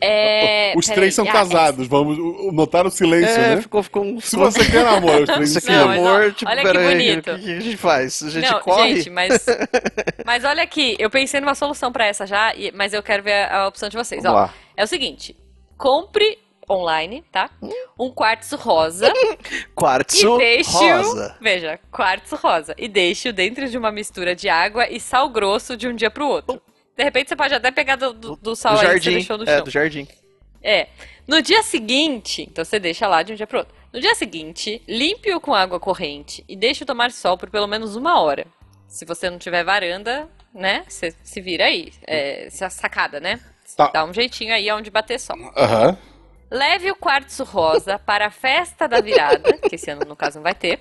É,
Os
peraí,
três são
ah,
casados, vamos o- o- notar o silêncio,
É,
né?
ficou, ficou um...
Se você quer amor, os três são
Isso aqui é
Não, mas
casados.
amor,
olha-
tipo,
olha que
peraí, o
bonito.
que que a gente faz? A gente
Não,
corre?
gente, mas mas olha aqui, eu pensei numa solução pra essa já, e- mas eu quero ver a, a opção de vocês,
Vamos
ó.
lá.
É o seguinte, compre online, tá?
Hum.
Um quartzo rosa
Quartzo
e deixe
rosa.
o, veja, quartzo rosa e deixe o dentro de uma mistura de água e sal grosso de um dia pro outro. De repente você pode até pegar do, do- do sal
do
aí que
jardim.
você deixou no
é,
chão.
do jardim.
É. No dia seguinte, então você deixa lá de um dia pro outro. No dia seguinte, limpe-o com água corrente e deixe-o tomar sol por pelo menos uma hora. Se você não tiver varanda, né? Você se vira aí. É, essa sacada, né?
Tá.
Dá um jeitinho aí aonde bater sol.
Aham.
Leve o quartzo rosa para a festa da virada, que esse ano no caso não vai ter,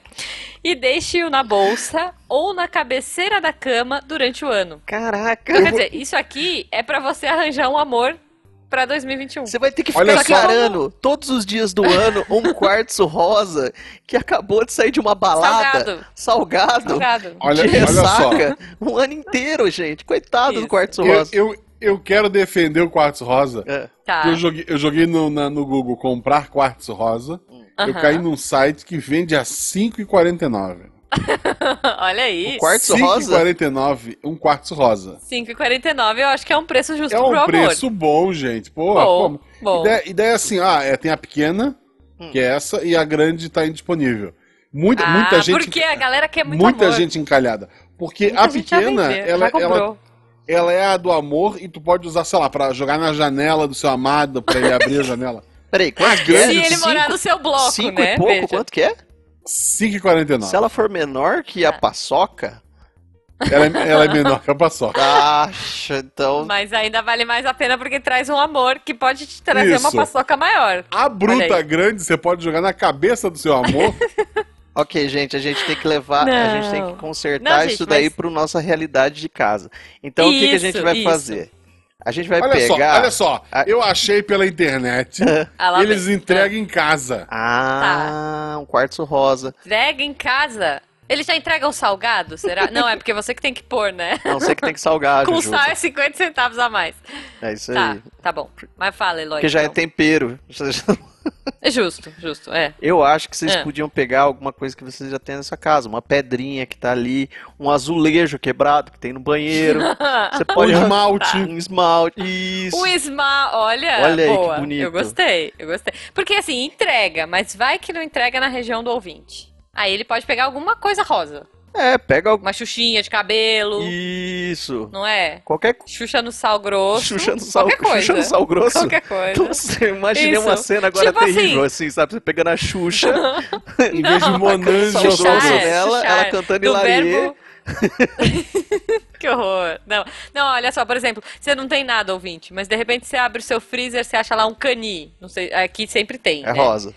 e deixe-o na bolsa ou na cabeceira da cama durante o ano. Então,
Caraca.
Quer dizer, isso aqui é pra você arranjar um amor pra 2021.
Você vai ter que
Olha
ficar
só.
encarando todos os dias do ano um quartzo rosa que acabou de sair de uma balada salgado,
Salgado.
Olha,
de
olha só.
ressaca um ano inteiro, gente. Coitado
Isso.
do quartzo
Eu,
rosa.
eu, eu quero defender o quartzo rosa.
É.
Tá.
Eu joguei, eu joguei no, na- no Google comprar quartzo rosa. Eu
Aham.
caí num site que vende a 5,49.
Olha aí.
O quartzo rosa?
5,49, um quartzo rosa.
5,49 eu acho que é um preço justo
É um
pro amor.
preço bom, gente. Pô,
Bom,
pô.
bom.
Ideia, ideia é assim, ah, é, tem a pequena,
Hum.
que é essa, e a grande tá indisponível. Muita,
Ah,
muita gente,
porque a galera quer muito
muita
amor.
gente encalhada. Porque
Muita
a
gente já
pequena,
vendeu,
ela,
já comprou.
ela, ela é a do amor e tu pode usar, sei lá, pra jogar na janela do seu amado, pra ele abrir a janela.
Peraí, quanto
Ah,
que é?
Se ele
Cinco-
morar no seu bloco,
cinco
né?
e pouco,
Veja.
quanto que é?
5,49.
Se ela for menor que
Ah.
a paçoca,
Ela, é- ela é menor que a paçoca.
acha, então...
Mas ainda vale mais a pena porque traz um amor que pode te trazer uma
Isso.
paçoca maior.
A
Olha
bruta
aí.
grande você pode jogar na cabeça do seu amor.
Ok, gente, a gente tem que levar, a gente tem
Não.
que consertar
Não, gente,
isso daí
mas-
para nossa realidade de casa. Então, o que, que a
Isso,
gente vai
isso.
fazer? A gente vai
olha só,
pegar...
olha só.
Ah.
Eu achei pela internet.
Ah, lá
Eles
vem.
entregam em
Tá.
casa.
Ah, um quartzo rosa.
Entrega em casa. Eles já entregam salgado, será? Não, é porque você que tem que pôr, né?
Não sei que tem que salgar,
Com
Jujuba.
sal é 50 centavos a mais.
É isso
Tá,
aí.
tá bom. Mas fala, Eloy.
Porque já é
então.
tempero. Já- já-
É justo, justo, é.
Eu acho que vocês
É.
podiam pegar alguma coisa que vocês já têm na sua casa, uma pedrinha que tá ali, um azulejo quebrado que tem no banheiro. Você
Um
pode
tá.
esmalte.
um esmalte. Isso.
O Isma, olha,
Olha aí, que
boa.
bonito.
Eu gostei, eu gostei. Porque assim, entrega, mas vai que não entrega na região do ouvinte. Aí ele pode pegar alguma coisa rosa.
É, pega alguma.
Uma xuxinha de cabelo,
Isso.
não é?
Qualquer co-
Xuxa no sal grosso.
Xuxa no sal,
qualquer coisa.
Xuxa no sal grosso.
Qualquer coisa.
Nossa, eu imaginei
Isso.
uma cena agora
Tipo
terrível, assim. sabe? Você pegando a Xuxa, em vez de
Não.
Monange
Xuxa,
jogando
é,
nela,
Xuxa,
ela
é.
cantando
Do
Hilarie.
verbo- que horror. Não. não, olha só, por exemplo, você não tem nada, ouvinte, mas de repente você abre o seu freezer, você acha lá um cani. Não sei, aqui sempre tem.
É
né?
rosa.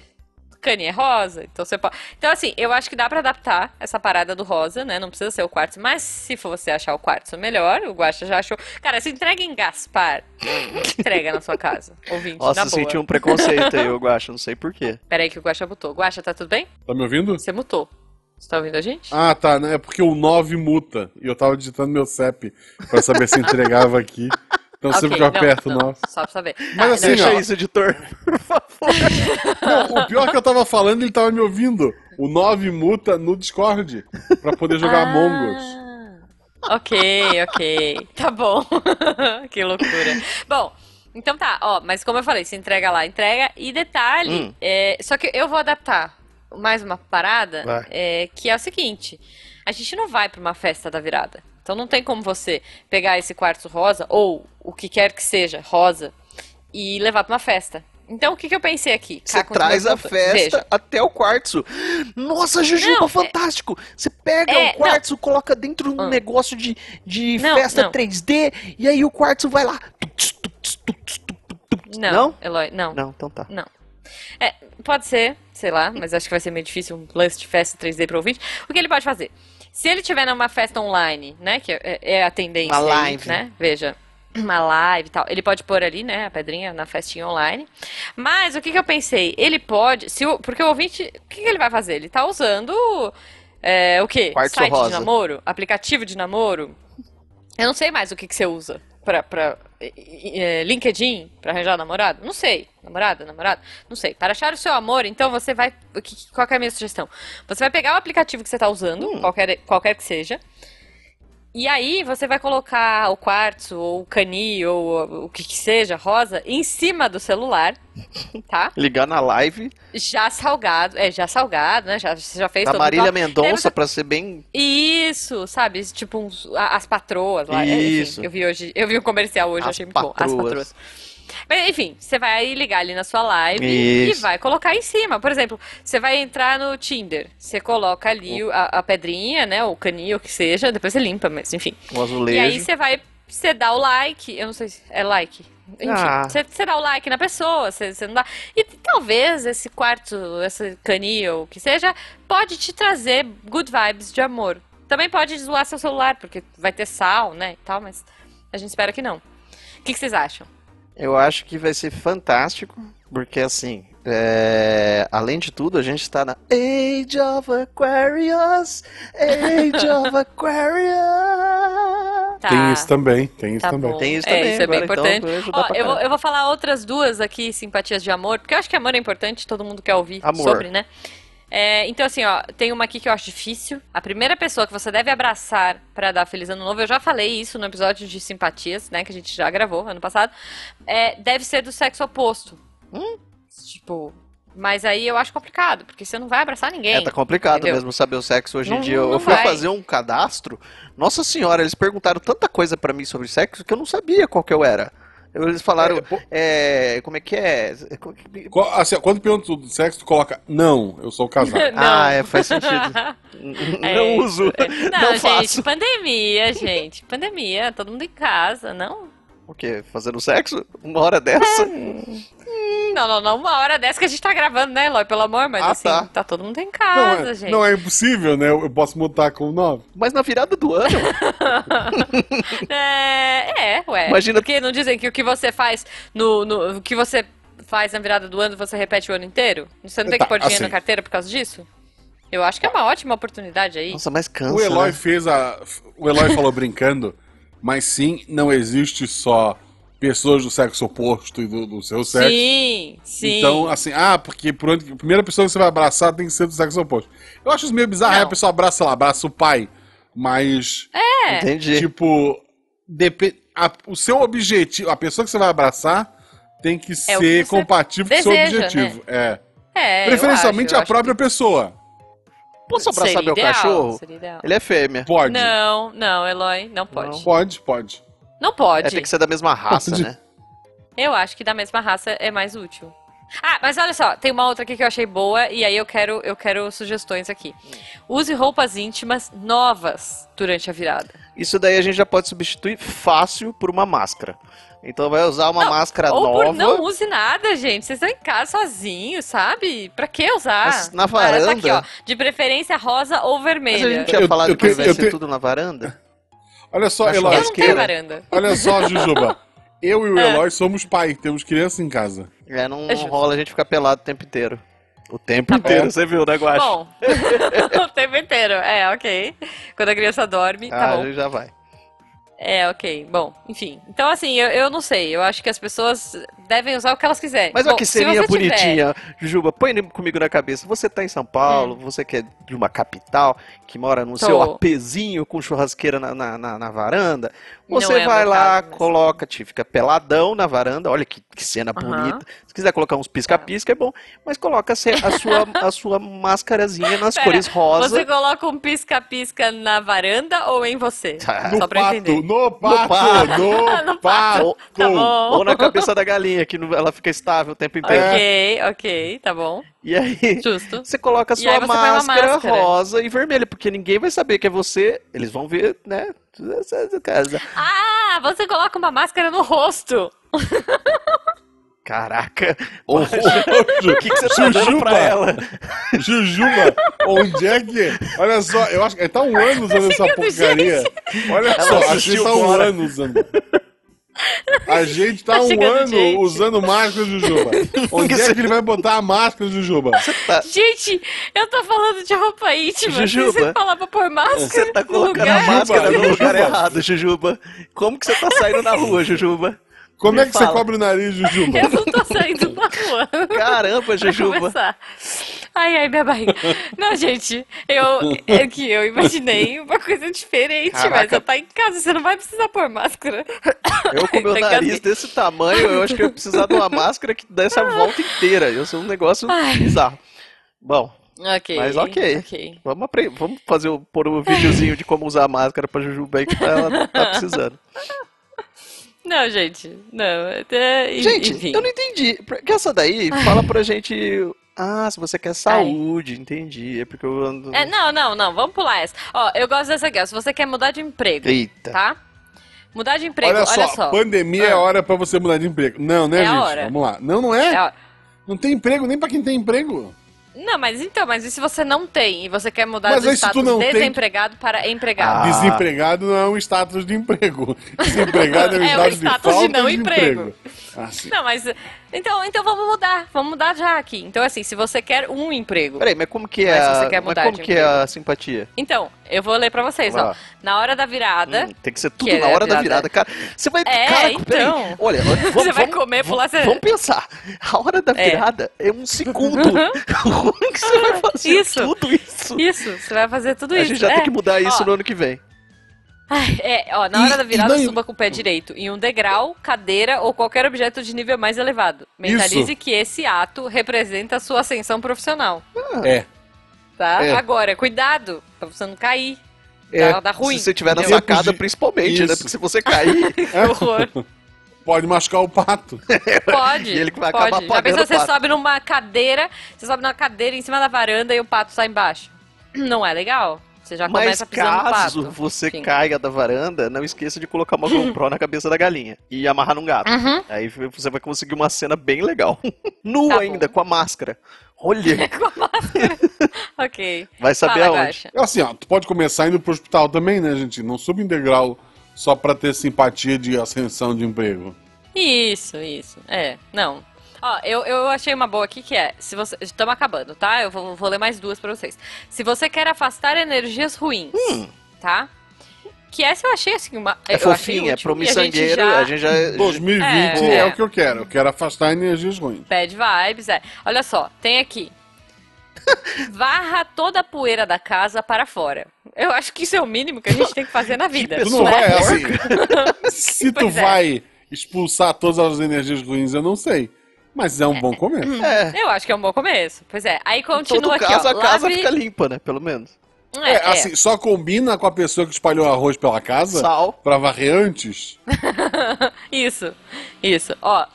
Cani é rosa, então você pode. Então, assim, eu acho que dá pra adaptar essa parada do rosa, né? Não precisa ser o quartzo, mas se for você achar o quartzo melhor, o Guaxa já achou. Cara, se entrega em Gaspar, entrega na sua casa, ouvinte,
Nossa,
na
eu
boa.
senti um preconceito aí, eu acho, não sei porquê.
Peraí que o Guaxa mutou. Guaxa, tá tudo bem?
Tá me ouvindo?
Você mutou. Você tá ouvindo a gente?
Ah, tá. né? É porque o 9 muta. E eu tava digitando meu CEP pra saber se entregava aqui. Então
Ok,
sempre que eu
não,
aperto,
não,
nossa.
Só pra saber. Tá,
Mas
não,
assim,
Deixa
ó.
isso, editor, por favor.
Não, o pior é que eu tava falando, ele tava me ouvindo. O 9 muta no Discord pra poder jogar Among Us.
Ah, Ok, ok. Tá bom. que loucura. Bom, então tá, ó, mas como eu falei, se entrega lá, entrega. E detalhe,
Hum.
é, só que eu vou adaptar mais uma
Vai.
parada, é, que é o seguinte: a gente não vai pra uma festa da virada. Então não tem como você pegar esse quartzo rosa, ou o que quer que seja, rosa, e levar pra uma festa. Então o que, que eu pensei aqui?
Você
Cá, continua
traz a
contando.
festa
Veja.
até o quartzo. Nossa, Jujuba,
Não, é-
fantástico! Você pega
É,
o quartzo, coloca dentro de um
Hum.
negócio de, de
Não,
festa
não.
3D, e aí o quartzo vai lá. Tuts, tuts, tuts, tuts, tuts.
Não,
Não?
Eloy, não. É,
Não, então tá.
Pode ser, sei lá, mas acho que vai ser meio difícil um lance de festa 3D para ouvinte. O que ele pode fazer? Se ele tiver numa festa online, né, que é, é a tendência,
Uma
aí,
live.
né? Veja, uma live e tal. Ele pode pôr ali, né, a pedrinha na festinha online. Mas o que que eu pensei? Ele pode, se o- porque o ouvinte, o que que ele vai fazer? Ele tá usando é, o quê?
Quartzo
Site de
rosa.
namoro, aplicativo de namoro. Eu não sei mais o que que você usa pra, pra eh, eh, LinkedIn, pra arranjar namorado? Não sei. Namorada, namorado? Não sei. Para achar o seu amor, então você vai. o que- Qual que é a minha sugestão? Você vai pegar o aplicativo que você tá usando,
Hum.
qualquer, qualquer que seja. E aí você vai colocar o quartzo, ou o cani, ou o que que seja, rosa, em cima do celular, tá?
Ligar na live
Já salgado, é, já salgado, né? Já, você já fez
da
todo mundo
Marília
Aí
Mendonça,
você-
pra ser bem.
isso, sabe? Tipo, uns- a- as patroas lá. É, enfim,
Isso.
eu vi hoje, eu vi um comercial hoje,
As
achei muito bom. As
patroas.
patroas. Mas, enfim, você vai ligar ali na sua live
Isso.
e vai colocar em cima. Por exemplo, você vai entrar no Tinder, você coloca ali o- a, a pedrinha, né? O canil, o que seja, depois você limpa, mas enfim.
um azulejo.
E aí você vai, você dá o like, eu não sei se é like. Enfim,
Ah.
você, você dá o like na pessoa, você, você não dá. E t- talvez esse quarto, esse canil, o que seja, pode te trazer good vibes de amor. Também pode zoar seu celular, porque vai ter sal, né, e tal, mas a gente espera que não. O que, que vocês acham?
Eu acho que vai ser fantástico, porque assim, é, além de tudo, a gente tá na Age of Aquarius, Age of Aquarius.
Tá.
Tem isso também, tem isso
Tá
também.
bom.
Tem isso
É,
também,
isso é bem
agora,
importante.
Então, vai ajudar
Ó,
pra
eu, vou,
caramba.
eu vou falar outras duas aqui, simpatias de amor, porque eu acho que amor é importante, todo mundo quer ouvir
Amor.
sobre, né? É, então, assim, ó, tem uma aqui que eu acho difícil. A primeira pessoa que você deve abraçar pra dar feliz ano novo, eu já falei isso no episódio de simpatias, né, que a gente já gravou ano passado, é, deve ser do sexo oposto.
Hum?
Tipo, mas aí eu acho complicado, porque você não vai abraçar ninguém.
É, tá complicado
entendeu?
mesmo saber o sexo hoje em
Não-
dia. Eu
não
fui
vai.
fazer um cadastro, nossa senhora, eles perguntaram tanta coisa pra mim sobre sexo que eu não sabia qual que eu era. Eles falaram,
É, pô-
é, como é que é? Como é que-
Qual- assim, ó, quando pergunta do sexo, tu coloca, não, eu sou um casado.
Não.
Ah, é, faz sentido.
É isso,
não uso,
é. Não,
não
gente,
faço.
pandemia, gente. Pandemia, todo mundo em casa, não?
O quê? Fazendo sexo? Uma hora dessa?
É. Não, não, não. Uma hora dessa que a gente tá gravando, né, Eloy? Pelo amor, mas
Ah,
assim,
tá.
tá. todo mundo em
Não,
casa,
é,
gente.
não é impossível, né? Eu eu posso mutar com o 9.
Mas na virada do ano,
É, é, ué.
Imagina-
Porque não dizem que o que você faz no, no- O que você faz na virada do ano, você repete o ano inteiro? Você não tem
Tá,
que pôr dinheiro na
assim.
carteira por causa disso? Eu acho que é uma ótima oportunidade aí.
nossa, mas cansa.
O Eloy
né?
fez a. O Eloy falou brincando, mas sim, não existe só pessoas do sexo oposto e do, do seu sexo.
Sim, sim.
Então, assim, ah, porque por onde, a primeira pessoa que você vai abraçar tem que ser do sexo oposto. Eu acho isso meio bizarro,
Não.
aí a pessoa abraça, sei lá, abraça o pai. Mas,
é.
Entendi.
tipo, depe- a- o seu objetivo, a pessoa que você vai abraçar tem que
É o que
ser
você
compatível com o seu
deseja, né?
objetivo. É.
É, eu
Preferencialmente
acho, eu
a
acho
própria pessoa.
Posso
que
abraçar
seria
meu
ideal,
cachorro?
seria ideal.
Ele é fêmea.
Pode.
Não, não, Eloy, não pode. Não,
Pode, pode.
pode.
É, tem que ser da mesma raça,
Pode.
né?
Eu acho que da mesma raça é mais útil. Ah, mas olha só, tem uma outra aqui que eu achei boa e aí eu quero, eu quero sugestões aqui.
Hum.
Use roupas íntimas novas durante a virada.
Isso daí a gente já pode substituir fácil por uma máscara. Então vai usar uma
Não,
máscara
Ou
nova.
por não use nada, gente. Vocês estão em casa sozinhos, sabe? Pra que usar?
Mas na
Cara, tá
varanda?
aqui, ó. De preferência rosa ou
Mas a
vermelha.
gente tinha
Eu-
falado
eu
que
tenho-
vai
eu
ser
tenho-
tudo na varanda?
Olha só,
Acho
Eloy.
Eu não tenho
churrasqueira.
varanda.
Olha só, Jujuba. Eu e o Eloy somos pai, temos criança em casa.
É, não,
É
não
justo.
rola a gente ficar pelado o tempo inteiro. O tempo
bom.
inteiro, você viu, né, Guaxa?
Tá Bom, o tempo inteiro. É, ok. Quando a criança dorme, tá
ah,
bom.
já vai.
É, ok. Bom, enfim. Então, assim, eu, eu não sei. Eu acho que as pessoas devem usar o que elas quiserem.
Mas
Bom,
olha que
se
seria
você tiver-
bonitinha, Jujuba, põe ele comigo na cabeça. Você tá em São Paulo, você que é de uma capital, que mora no
Hum. Tô.
seu apezinho com churrasqueira na, na, na- na varanda.
Não
Você
é o
vai
meu
lá,
caso, mas-
coloca, te fica peladão na varanda. Olha que, que cena
Aham.
bonita. Se quiser colocar uns pisca-pisca, é bom. Mas coloca a, se- a sua, a sua máscarazinha nas
Pera,
cores rosa.
Você coloca um pisca-pisca na varanda ou em você?
Tá.
No
É Só pra
pato,
entender.
no pato,
pato.
no
No
pato.
pato. Tá bom.
Ou na cabeça da galinha, que não- ela fica estável o tempo inteiro.
Ok, ok, tá bom.
E aí,
Justo.
Você coloca a
E
sua
aí você põe
máscara,
uma máscara.
rosa e vermelha, porque ninguém vai saber que é você. Eles vão ver, né? casa.
Ah, você coloca uma máscara no rosto.
Caraca! Ô, o
Ju-
que, que você tá dando pra ela?
Jujuba, onde é que. Olha só, eu acho que tá um ano usando essa
Chegando,
porcaria. Olha
Ela
só, a gente
assistiu
tá um
fora.
ano usando. A gente tá,
Tá
um
chegando
ano
gente.
usando máscara, Jujuba. Onde é que ele vai botar a máscara, Jujuba?
Tá-
Gente, eu tô falando de roupa íntima.
Jujuba.
Você falar pra pôr máscara
Você tá
no
colocando a
lugar? é
máscara no
Jujuba,
lugar
Jujuba.
errado, Jujuba. Como que você tá saindo na rua, Jujuba?
Como
Me
é que você
fala.
cobre o nariz, Jujuba?
Eu não tô saindo na rua.
Caramba,
Pra
Jujuba.
começar. Ai, ai, minha barriga. Não, gente, eu, é que eu imaginei uma coisa diferente, mas
Caraca.
você tá em casa, você não vai precisar pôr máscara.
Eu com meu
Tá
nariz
engasguei.
desse tamanho, eu acho que eu ia precisar de uma máscara que desse a volta inteira. Eu sou um negócio
Ai.
bizarro. Bom,
Ok.
Mas ok. Vamos, apre- vamos fazer o- pôr um videozinho de como usar a máscara pra Jujuba aí que tá- ela tá precisando.
Não, gente, não. Até, e-
Gente,
enfim.
eu não entendi. Porque essa daí fala pra gente. Ah, se você quer saúde, entendi. É porque eu ando.
É, não, não, não, vamos pular essa. Ó, eu gosto dessa aqui, ó. Se você quer mudar de emprego,
Eita.
tá? Mudar de emprego,
Olha só, pandemia é
Ah.
hora pra você mudar de emprego. Não, né,
É a
gente?
hora.
Vamos lá. Não, não é?
É, ó.
Não tem emprego nem pra quem tem emprego.
Não, mas então, mas e se você não tem e você quer mudar
Mas
do
aí se tu
status
não tem-
desempregado para empregado?
Ah,
Desempregado não é um status de emprego. Desempregado é um
É um
status, de
status de
falta
não
de
emprego.
emprego. Assim.
Não, mas. Então, então vamos mudar. Vamos mudar já aqui. Então, assim, se você quer um emprego.
Peraí, mas como que é
Mas se você
a.
quer
mas
mudar
como
de
que é
emprego.
a simpatia?
Então, eu vou ler pra vocês,
Vai
ó.
lá.
Na hora da virada.
Hum, tem que ser tudo
Que
na
é a
hora da
virada.
virada, cara. Você vai.
É,
cara,
então.
peraí. Olha, vamos,
Você vai
vamos-
comer, pular, você-
vamos, vamos pensar. A hora da
É. Uhum.
virada é, um segundo. Como que você vai fazer
Isso.
tudo isso?
Isso, você vai fazer tudo
Hum. A
isso.
gente já
é.
tem que mudar isso né?
Ó,
no ano que vem.
ai, é, ó, na hora
E-
da
e
virada,
não-
suba com o pé direito em um degrau, cadeira ou qualquer objeto de nível mais elevado. Mentalize que esse ato representa a sua ascensão profissional.
É.
Tá?
É.
Agora, cuidado pra você não cair.
É,
Dá, dá ruim.
Se você tiver na
entendeu?
sacada,
Tempos de-
principalmente, né?
Isso.
Porque se você cair,
Que horror.
É, Pode machucar o pato.
Pode.
E ele que vai
pode.
acabar
Já
pagando
pensou,
o
você
pato.
sobe numa cadeira, você sobe numa cadeira em cima da varanda e o pato sai embaixo. Não é legal? Você já
mas
começa pisando
caso
no pato.
você
Enfim.
caia da varanda, não esqueça de colocar uma GoPro na cabeça da galinha e amarrar num gato.
Uhum.
Aí você vai conseguir uma cena bem legal. Nu
Tá bom.
ainda, com a máscara. Olha,
assim? Ok.
vai saber
Fala,
aonde.
Guaxa.
É assim, ó, tu pode começar indo pro hospital também, né, gente? Não suba em degrau só pra ter simpatia de ascensão de emprego.
Isso, isso. É, não. Ó, eu, eu achei uma boa aqui que é, se você... Estamos acabando, tá? Eu vou, vou ler mais duas pra vocês. Se você quer afastar energias ruins, tá? que essa eu achei assim uma.
Hum. É
eu achei
fofinho,
útil,
é
e
promissangueiro, a gente já...
2020 é.
É.
o que eu quero. Eu quero afastar energias ruins.
Bad vibes, é. Olha só, tem aqui. Varra toda a poeira da casa para fora. Eu acho que isso é o mínimo que a gente tem que fazer na vida.
É, Tu não
né?
vai
é
assim. Se tu
Pois é.
vai expulsar todas as energias ruins, eu não sei. Mas é um bom começo.
É,
Eu acho que é um bom começo. Pois é. Aí
em todo
continua aqui,
caso,
ó.
a casa
Lave-
fica limpa, né? Pelo menos.
É,
É,
é.
assim, só combina com a pessoa que espalhou arroz pela casa
Sal.
pra varrer antes.
isso, isso. Ó,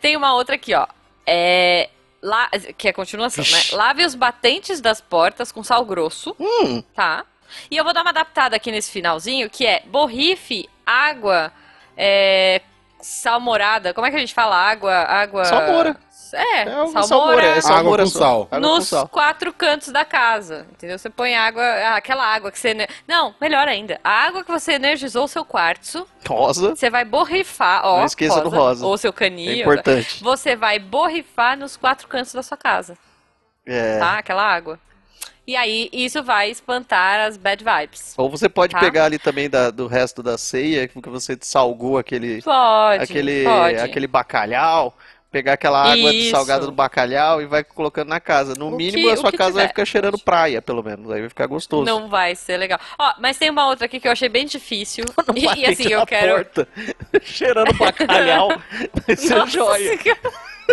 tem uma outra aqui, ó. É. Lá, que é a continuação,
Ixi.
né? Lave os batentes das portas com sal grosso,
Hum,
tá? E eu vou dar uma adaptada aqui nesse finalzinho, que é borrife, água, é, salmorada. Como é que a gente fala? Água, água...
Salmoura.
É,
é uma
salmoura.
salmoura. É salmoura
com
só.
sal.
Água com
nos
sal.
quatro cantos da casa, entendeu? Você põe água, aquela água que você... ener- Não, melhor ainda. A água que você energizou o seu quartzo,
Rosa,
você vai borrifar, ó,
Não esqueça do rosa.
ou seu
é
canil.
importante.
Você vai borrifar nos quatro cantos da sua casa,
É.
tá? Aquela água. E aí, isso vai espantar as bad vibes.
Ou você pode
Tá.
pegar ali também da- do resto da ceia, que você salgou aquele,
Pode,
aquele,
pode.
aquele bacalhau, pegar aquela água
Isso.
salgada do bacalhau e vai colocando na casa. No
O
mínimo,
que-
a
o
sua
que
casa vai
tiver.
ficar cheirando praia, pelo menos. Aí vai ficar gostoso.
Não vai ser legal. Ó, mas tem uma outra aqui que eu achei bem difícil.
Não
e, e assim,
na
eu quero.
porta, cheirando bacalhau, vai ser
Nossa
joia.
Senhora.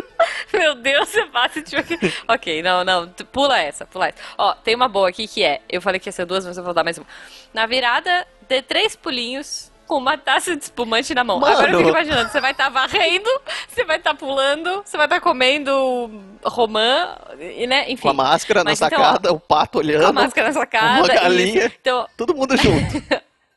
Meu Deus, você passa tipo aqui. Ok, não, não. tu- Pula essa, pula essa. Ó, tem uma boa aqui que é. Eu falei que ia ser duas, mas eu vou dar mais uma. Na virada, dê três pulinhos com uma taça de espumante na mão. Agora eu
Mano.
fico imaginando, você vai estar varrendo, você vai estar pulando, você vai estar comendo romã, e, né? Enfim.
Com a máscara na
Mas então, ó,
sacada, o pato
com a
olhando,
máscara na sacada. isso.
galinha.
Então,
todo mundo junto.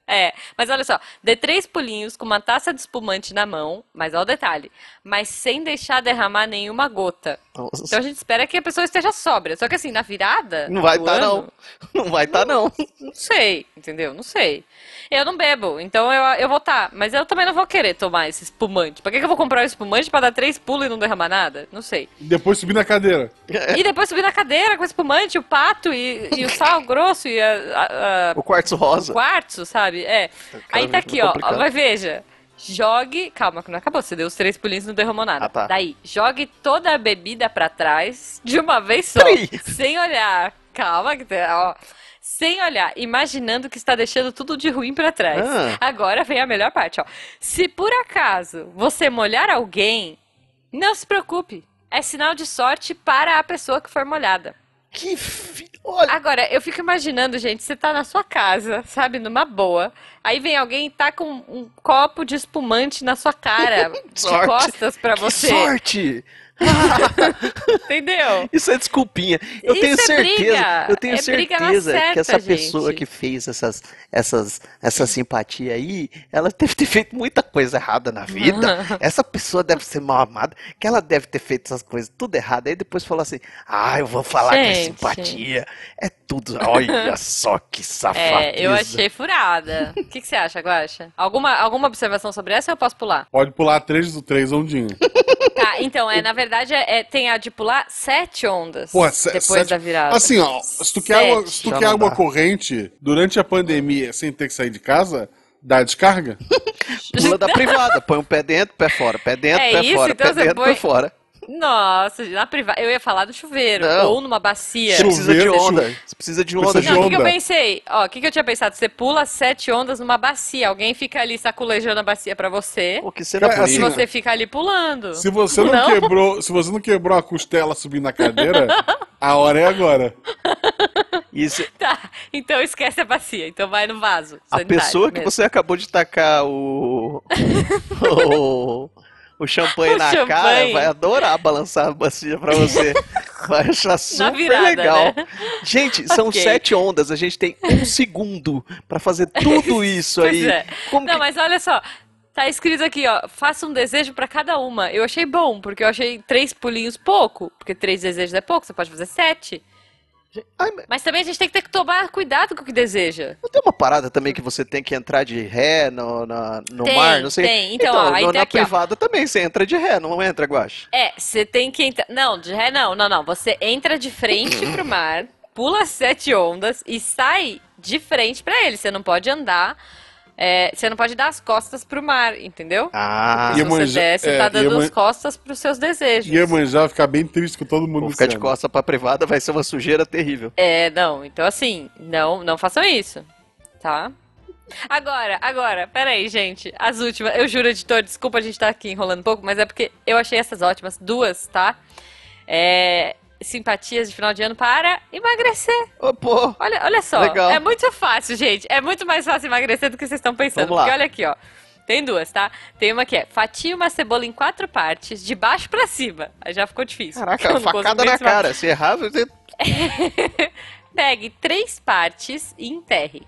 é, mas olha só, dê três pulinhos com uma taça de espumante na mão, mas olha o detalhe, mas sem deixar derramar nenhuma gota. Então a gente espera que a pessoa esteja sóbria. Só que assim, na virada.
Não vai
do
estar,
ano,
não. Não vai tá, estar, não.
Não sei, entendeu? Não sei. Eu não bebo, então eu, eu vou estar. Mas eu também não vou querer tomar esse espumante. Pra que, que eu vou comprar um espumante pra dar três pulos e não derramar nada? Não sei.
Depois subir na cadeira.
É.
E depois subir na cadeira com o espumante, o pato e, e o sal grosso e a- a- a
O quartzo rosa.
quartzo, sabe? É. Aí tá
é
aqui, ó.
complicado.
Mas veja. Jogue. Calma, que não acabou. Você deu os três pulinhos e não derramou nada.
Ah, tá.
Daí, jogue toda a bebida pra trás de uma vez só.
Peraí.
Sem olhar. Calma, que tá- ó. Sem olhar, imaginando que está deixando tudo de ruim pra trás.
Ah.
Agora vem a melhor parte, ó. Se por acaso você molhar alguém, não se preocupe. É sinal de sorte para a pessoa que for molhada.
Que fi... Olha,
Agora, eu fico imaginando, gente, você tá na sua casa, sabe, numa boa. Aí vem alguém e tá com um copo de espumante na sua cara, de
Sorte.
costas pra
que
você.
sorte!
Entendeu?
Isso é desculpinha. Eu
Isso
tenho
é
certeza,
briga.
eu tenho
É briga na
certeza que
certa,
essa pessoa
gente.
que fez essas, essas, essa simpatia aí, ela deve ter feito muita coisa errada na vida. Essa pessoa deve ser mal amada, que ela deve ter feito essas coisas tudo errado. Aí depois falou assim: Ah, eu vou falar que é
Gente.
simpatia. É tudo. Olha só que safadeza.
É, eu achei furada. O que, que você acha, Guaxa? Alguma, alguma observação sobre essa ou eu posso pular?
Pode pular três do três ondinhas.
Tá, então, é, na verdade, é, é- tem a de pular sete ondas
Porra, se-
depois
sete-
da virada.
Assim, ó, se tu quer, água,
Sete.
se tu
Já
quer
não
água
dá.
corrente durante a pandemia sem ter que sair de casa, dá a descarga.
Pula da privada, põe um pé dentro, pé fora, pé dentro,
É
pé
isso,
fora,
então
pé
você
dentro,
põe-
pé fora.
Nossa, na privada. Eu ia falar do chuveiro.
Não.
Ou numa bacia.
Você precisa de
Chuveiro,
onda.
chuveiro.
Você precisa de onda,
de
Não, o que que eu
onda.
pensei? Ó, o que, que eu tinha pensado? Você pula sete ondas numa bacia. Alguém fica ali sacolejando a bacia pra você.
Pô, que cena
Cara,
E
assim,
bonita.
você fica ali pulando.
Se você não,
Não.
quebrou, se você não quebrou a costela subindo na cadeira, a hora é agora.
Isso,
Tá, então esquece a bacia. Então vai no vaso.
a
sanitário
pessoa que
mesmo.
você acabou de tacar o. o, o champanhe
O
na cara
champanhe.
vai adorar balançar a bacia pra você. Vai achar super
virada,
legal.
né?
Gente, são
Ok.
sete ondas. A gente tem um segundo pra fazer tudo isso
Pois
aí.
é.
Como
Não,
que-
mas olha só. Tá escrito aqui, ó. Faça um desejo pra cada uma. Eu achei bom, porque eu achei três pulinhos pouco. Porque três desejos é pouco, você pode fazer sete.
Ai, mas
Mas também a gente tem que ter que tomar cuidado com o que deseja.
não tem uma parada também que você tem que entrar de ré no, na- no
Tem,
mar, não sei.
tem. Então, ó, aí
no-
tem
na
aqui, ó.
privada também você entra de ré, não entra, Guache?
É, você tem que entrar. Não, de ré não, não, não. Você entra de frente pro mar, pula sete ondas e sai de frente pra ele. Você não pode andar é, você não pode dar as costas pro mar, entendeu?
Ah,
Porque se
Iemanjá-
você der, você
é,
tá dando
Ieman-
as costas pros seus desejos.
Iemanjá vai ficar bem triste com todo mundo
vou
no
ficar de
céu.
costa pra privada vai ser uma sujeira terrível.
É, não. Então, assim, não, não façam isso, tá? Agora, agora, peraí, gente. As últimas, eu juro, editor, desculpa a gente estar aqui enrolando um pouco, mas é porque eu achei essas ótimas. Duas, tá? É, simpatias de final de ano para emagrecer.
Ô, pô!
Olha, olha só.
Legal.
É muito fácil, gente. É muito mais fácil emagrecer do que vocês estão pensando.
Vamos lá.
Porque olha aqui, ó. Tem duas, tá? Tem uma que é fatia uma cebola em quatro partes, de baixo pra cima. Aí já ficou difícil. Eu
Caraca,
não consigo
facada
nem
na
desma-
cara. Se errar, você
Pegue três partes e enterre.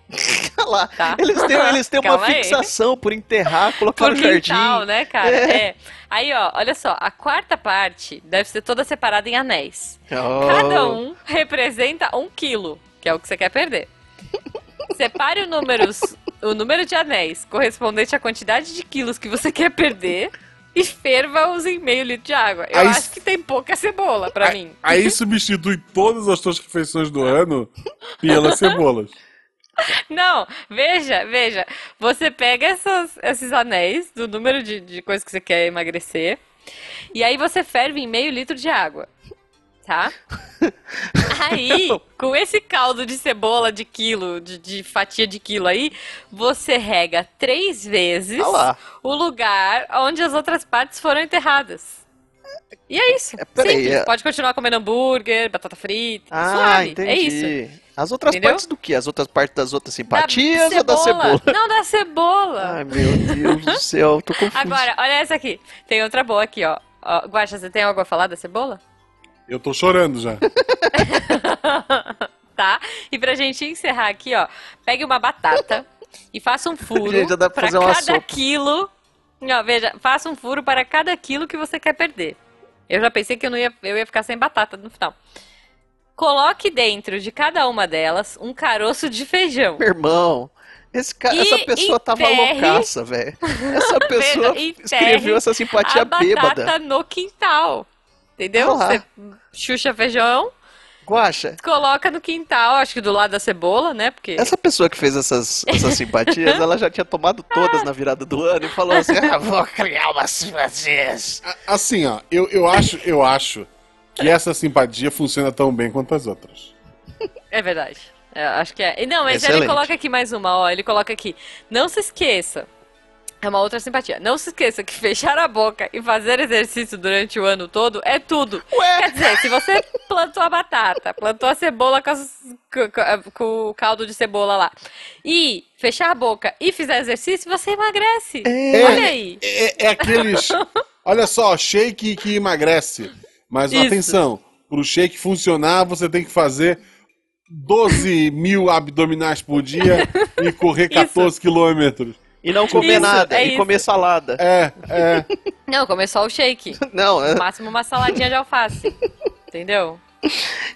tá lá.
Tá.
Eles têm, eles têm uma
Calma aí.
fixação por enterrar, colocar
Por
no jardim.
quintal, né, cara?
É.
É. Aí, ó, olha só. A quarta parte deve ser toda separada em anéis.
Oh.
Cada um representa um quilo, que é o que você quer perder. Separe o número, o número de anéis correspondente à quantidade de quilos que você quer perder e ferva-os em meio litro de água. Eu
Aí-
acho que tem pouca cebola pra
Aí-
mim.
Aí substitui todas as tuas refeições do ano pelas cebolas.
Não, veja, veja. Você pega essas- esses anéis do número de, de coisas que você quer emagrecer e aí você ferve em meio litro de água, tá? Aí, com esse caldo de cebola de quilo, de, de fatia de quilo aí, você rega três vezes
Tá lá.
o lugar onde as outras partes foram enterradas. E é isso.
É, peraí,
Simples.
é-
Pode continuar comendo hambúrguer, batata frita,
Ah,
suave.
entendi.
É isso.
As outras
Entendeu?
partes do quê? As outras partes das outras
Da
simpatias ou da cebola?
Não, da cebola.
Ai, meu Deus do céu, eu tô confuso.
Agora, olha essa aqui. Tem outra boa aqui, ó. ó Guaxa, você tem algo a falar da cebola?
Eu tô chorando já.
tá? E pra gente encerrar aqui, ó. Pegue uma batata e faça um furo
Gente, já dá pra
pra
fazer uma
cada
sopa.
quilo. Ó, veja, faça um furo para cada quilo que você quer perder. Eu já pensei que eu, não ia, eu ia ficar sem batata no final. Coloque dentro de cada uma delas um caroço de feijão.
Meu irmão, esse ca...
E
essa pessoa tava
enterre-
loucaça, velho. Essa pessoa
enterre
escreveu essa simpatia
a batata
bêbada.
no quintal. Entendeu?
Ah lá.
Você chucha feijão,
Guaxa,
coloca no quintal, acho que do lado da cebola, né? Porque.
essa pessoa que fez essas, essas simpatias, ela já tinha tomado
Ah.
todas na virada do ano e falou assim: ah, vou criar umas simpatias.
A- Assim, ó, eu, eu acho, eu acho que essa simpatia funciona tão bem quanto as outras.
É verdade. É, acho que é. E Não, mas
Excelente.
ele coloca aqui mais uma, ó. Ele coloca aqui. Não se esqueça. É uma outra simpatia. Não se esqueça que fechar a boca e fazer exercício durante o ano todo é tudo.
Ué?
Quer dizer, se você plantou a batata, plantou a cebola com, as- com- com- com o caldo de cebola lá, e fechar a boca e fizer exercício, você emagrece. Olha aí.
É, é aqueles. Olha só, shake que emagrece. Mas
Isso.
atenção, pro shake funcionar, você tem que fazer 12 mil abdominais por dia e correr 14 quilômetros.
E não comer
Isso,
nada,
é
e
isso.
comer salada.
É, é.
Não, começou o shake.
Não, é-
No máximo uma saladinha de alface. Entendeu?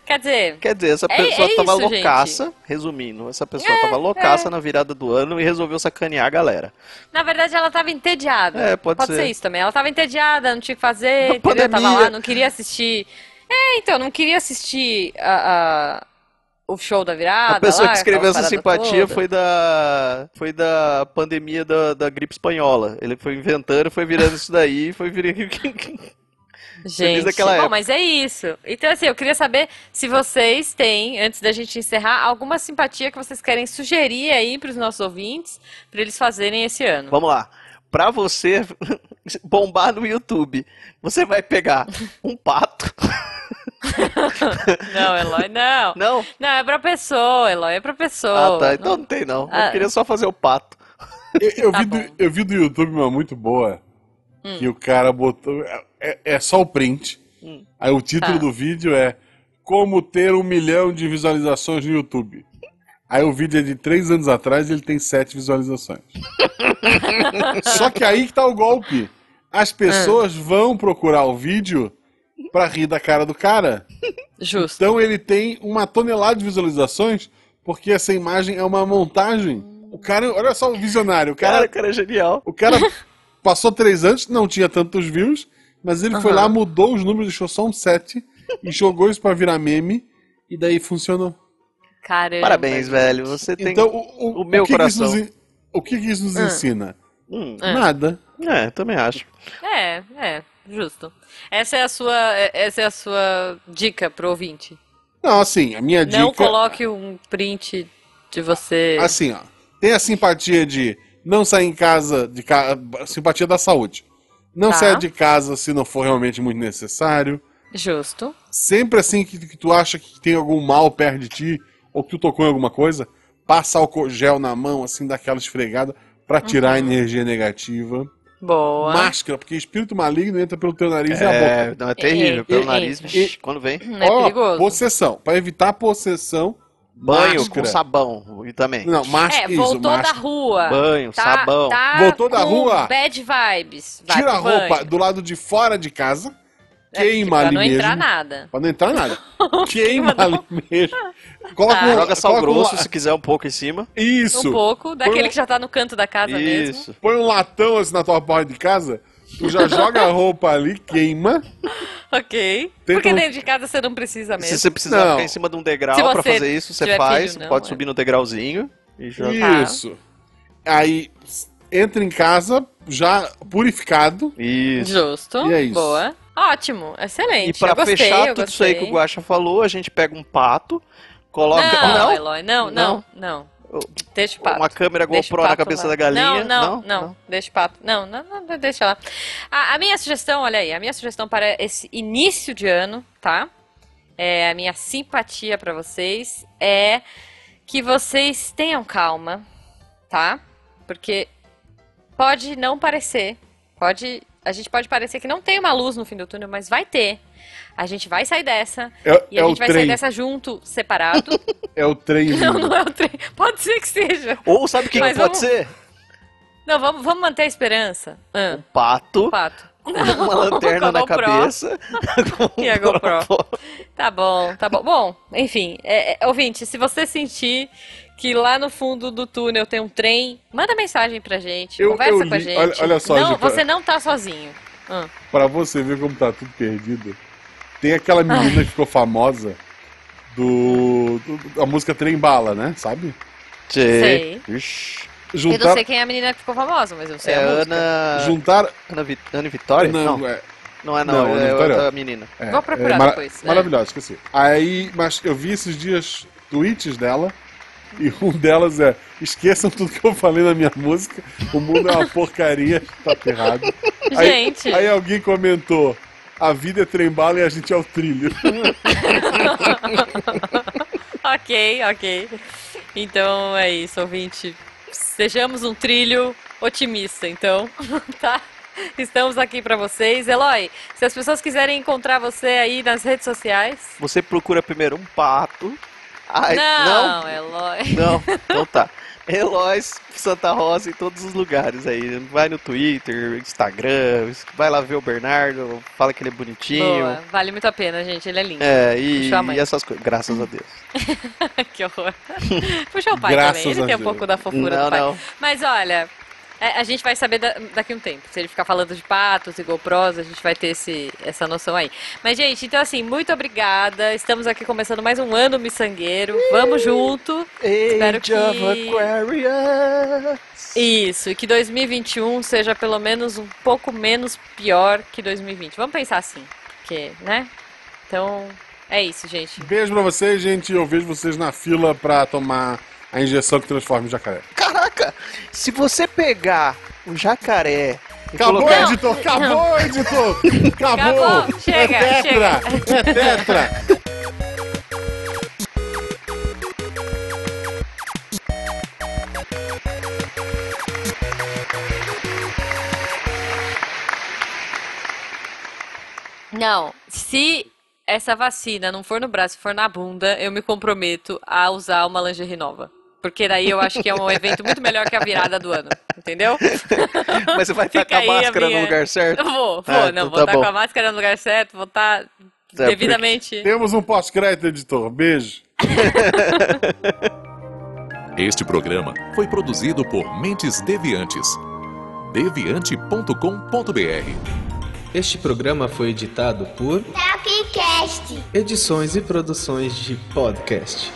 Quer dizer,
Quer dizer, essa
É-
pessoa
é
tava
isso, É,
loucaça, resumindo, essa pessoa tava loucaça na virada do ano e resolveu sacanear a galera.
na verdade ela tava entediada.
É, pode ser.
ser. isso também. Ela tava entediada, não tinha o que fazer,
Na
entendeu? Tava
pandemia.
lá, não queria assistir. É, então, não queria assistir a- a- o show da virada.
a pessoa
lá,
que escreveu
aquela
essa
parada
simpatia
toda.
foi da foi da pandemia da, da gripe espanhola. Ele foi inventando, foi virando isso daí, e foi virando...
Gente,
daquela
bom,
época.
mas é isso. Então, assim, eu queria saber se vocês têm, antes da gente encerrar, alguma simpatia que vocês querem sugerir aí pros nossos ouvintes, pra eles fazerem esse ano.
Vamos lá. Pra você bombar no YouTube, você vai pegar um pato.
Não, Eloy, não.
Não?
Não, é pra pessoa, Eloy, é pra pessoa.
Ah, tá. Então não tem não. Eu
Ah.
queria só fazer o pato.
Eu, eu
Tá
vi
bom. Hum.
do, eu vi do YouTube uma muito boa. Que o cara botou. É, é só o print. Aí o título
Tá.
do vídeo é Como ter um milhão de visualizações no YouTube. Aí o vídeo é de três anos atrás e ele tem sete visualizações. Só que aí que tá o golpe. As pessoas
Ah.
vão procurar o vídeo pra rir da cara do cara.
Justo.
Então ele tem uma tonelada de visualizações, porque essa imagem é uma montagem. O cara, olha só o visionário, o
Cara,
cara
o cara é genial.
o cara passou três anos, não tinha tantos views, mas ele foi lá, mudou os números, deixou só um set e jogou isso pra virar meme e daí funcionou.
Caramba.
então, Parabéns,
gente.
velho. Você tem
Então, o,
o meu
que que isso
coração.
nos en- o que, que isso nos
Ah.
ensina?
Hum,
É.
Nada.
é, também acho.
É, é, justo. Essa é a sua, é- essa é a sua dica pro ouvinte.
Não, assim, a minha
Não
dica.
coloque um print de você.
Assim, ó. Tem a simpatia de não sair em casa de ca... simpatia da saúde. Não
Tá.
saia de casa se não for realmente muito necessário.
Justo.
Sempre assim que, que tu acha que tem algum mal perto de ti, ou que tu tocou em alguma coisa, passa álcool gel na mão, assim, daquela esfregada, pra tirar a energia negativa.
Uhum. Boa.
Máscara, porque espírito maligno entra pelo teu nariz e a boca.
É, não, é terrível.
É,
Pelo
é,
nariz,
é.
vixi, quando vem.
Não é
Ó,
perigoso.
Possessão. Pra evitar possessão.
Banho
máscara.
com sabão. E também.
Não, máscara.
É, voltou
isso,
da
máscara.
rua.
Banho,
Tá-
sabão.
tá
Voltou da
com
rua.
Bad vibes. Vai
Tira a
pro banho.
roupa do lado de fora de casa.
É, porque
Queima ali
Pra não
mesmo.
entrar nada.
Pra não entrar nada. Queima
não.
ali mesmo. Coloca
Tá.
um,
Joga sal
coloca um
grosso,
la-
se quiser, um pouco em cima.
Isso.
Um pouco daquele
Põe-
que já tá no canto da casa mesmo.
Isso.
Põe um latão assim na tua porta de casa. Tu já joga a roupa ali, queima.
Ok.
Tenta
Porque
um-
dentro de casa você não precisa
Se
mesmo.
você precisar
Não.
ficar em cima de um degrau
Se
pra
você
fazer isso, você
tiver
faz.
filho, não,
pode
é.
subir no degrauzinho e joga.
Tá.
Isso. Aí s- entra em casa já purificado.
Isso.
Justo.
E é isso.
Boa. Ótimo.
E
Excelente.
pra
eu gostei,
fechar
eu
tudo isso aí que o
gostei.
Guaxa falou, a gente pega um pato, coloca.
Não,
Não?
Eloy, não, não, não. Deixa o pato.
Uma câmera
Deixa o
GoPro na
pato
cabeça
lá.
da galinha.
Não, não, não, Deixa o pato. Não, não, não, não, deixa lá. A, a minha sugestão, olha aí, a minha sugestão para esse início de ano, tá? É, a minha simpatia para vocês é que vocês tenham calma, tá? Porque pode não parecer, pode, a gente pode parecer que não tem uma luz no fim do túnel, mas vai ter. A gente vai sair dessa e
É, é
a
o
gente vai sair
trem.
dessa junto, separado.
É o trem.
não,
vindo.
não é o trem. Pode ser que seja.
Ou sabe o que, que
Mas vamos-
pode ser?
Não, vamos, vamos manter a esperança. Ah,
Um pato,
pato.
com uma lanterna
Com a
na
GoPro.
cabeça. com
E a
um
GoPro. Tá bom, tá bom. Bom, enfim, é, é, ouvinte, se você sentir que lá no fundo do túnel tem um trem, manda mensagem pra gente,
Eu-
conversa
eu
com a
li-
gente.
olha- olha só,
não,
Juca.
você não tá sozinho.
Pra você ver como tá tudo perdido. Tem
Ah.
aquela menina que ficou famosa do, do- da música Trem Bala, né? Sabe?
Sei.
Sei. Ixi.
Eu não
Juntar,
sei quem é a menina que ficou famosa, mas eu sei
É
a música.
Ana.
juntar
Ana, Vi... Ana Vitória?
Não,
Não, não,
é,
é não,
Não, Ana
é
Vitória.
outra menina.
é,
Vou procurar
é mara-
depois, é.
Maravilhosa, esqueci. Aí, mas eu vi esses dias tweets dela. E um delas é: esqueçam tudo que eu falei na minha música, o mundo é uma porcaria, tá ferrado. Aí-
Gente,
Aí alguém comentou: a vida é trem-bala e a gente é o trilho.
ok, ok. Então é isso, ouvinte. Sejamos um trilho otimista, então, tá? Estamos aqui pra vocês. Eloy, se as pessoas quiserem encontrar você aí nas redes sociais.
Você procura primeiro um pato. Ai,
não, é Eloy.
Não, então tá. Elois Santa Rosa em todos os lugares aí. Vai no Twitter, Instagram, vai lá ver o Bernardo, fala que ele é bonitinho.
Boa, vale muito a pena, gente. Ele é lindo.
É, e,
Puxa a mãe.
e essas coisas. Graças a Deus.
que horror. Puxa o pai
Graças
também. Ele
a
tem um
Deus.
pouco da fofura
Não,
do pai.
não.
Mas olha, é, a gente vai saber da- daqui a um tempo. Se ele ficar falando de patos e GoPros, a gente vai ter esse, essa noção aí. Mas, gente, então assim, muito obrigada. Estamos aqui começando mais um ano miçangueiro. Vamos junto. Espero
Age
que-
of Aquarius.
Isso, e que 2021 seja pelo menos um pouco menos pior que 2020. Vamos pensar assim, porque, né? Então, é isso, gente.
Beijo pra vocês, gente. Eu vejo vocês na fila pra tomar a injeção que transforma o jacaré.
Caraca, se você pegar um jacaré e
Acabou,
colocar...
Não,
editor! Acabou, editor! Acabou!
Acabou, chega,
é tetra! É tetra!
Não, se essa vacina não for no braço, for na bunda, eu me comprometo a usar uma lingerie nova. Porque daí eu acho que é um evento muito melhor que a virada do ano, entendeu?
Mas você vai
Fica
estar com a
aí a
máscara
minha-
no lugar certo.
Eu vou, vou,
Ah,
não,
então
vou
tá
estar com
bom. Tá,
a máscara no lugar certo, vou estar
porque-
devidamente.
Temos um pós-crédito, editor. Beijo.
Este programa foi produzido por Mentes Deviantes. deviante.com.br
Este programa foi editado por
Tapcast.
Edições e Produções de Podcast.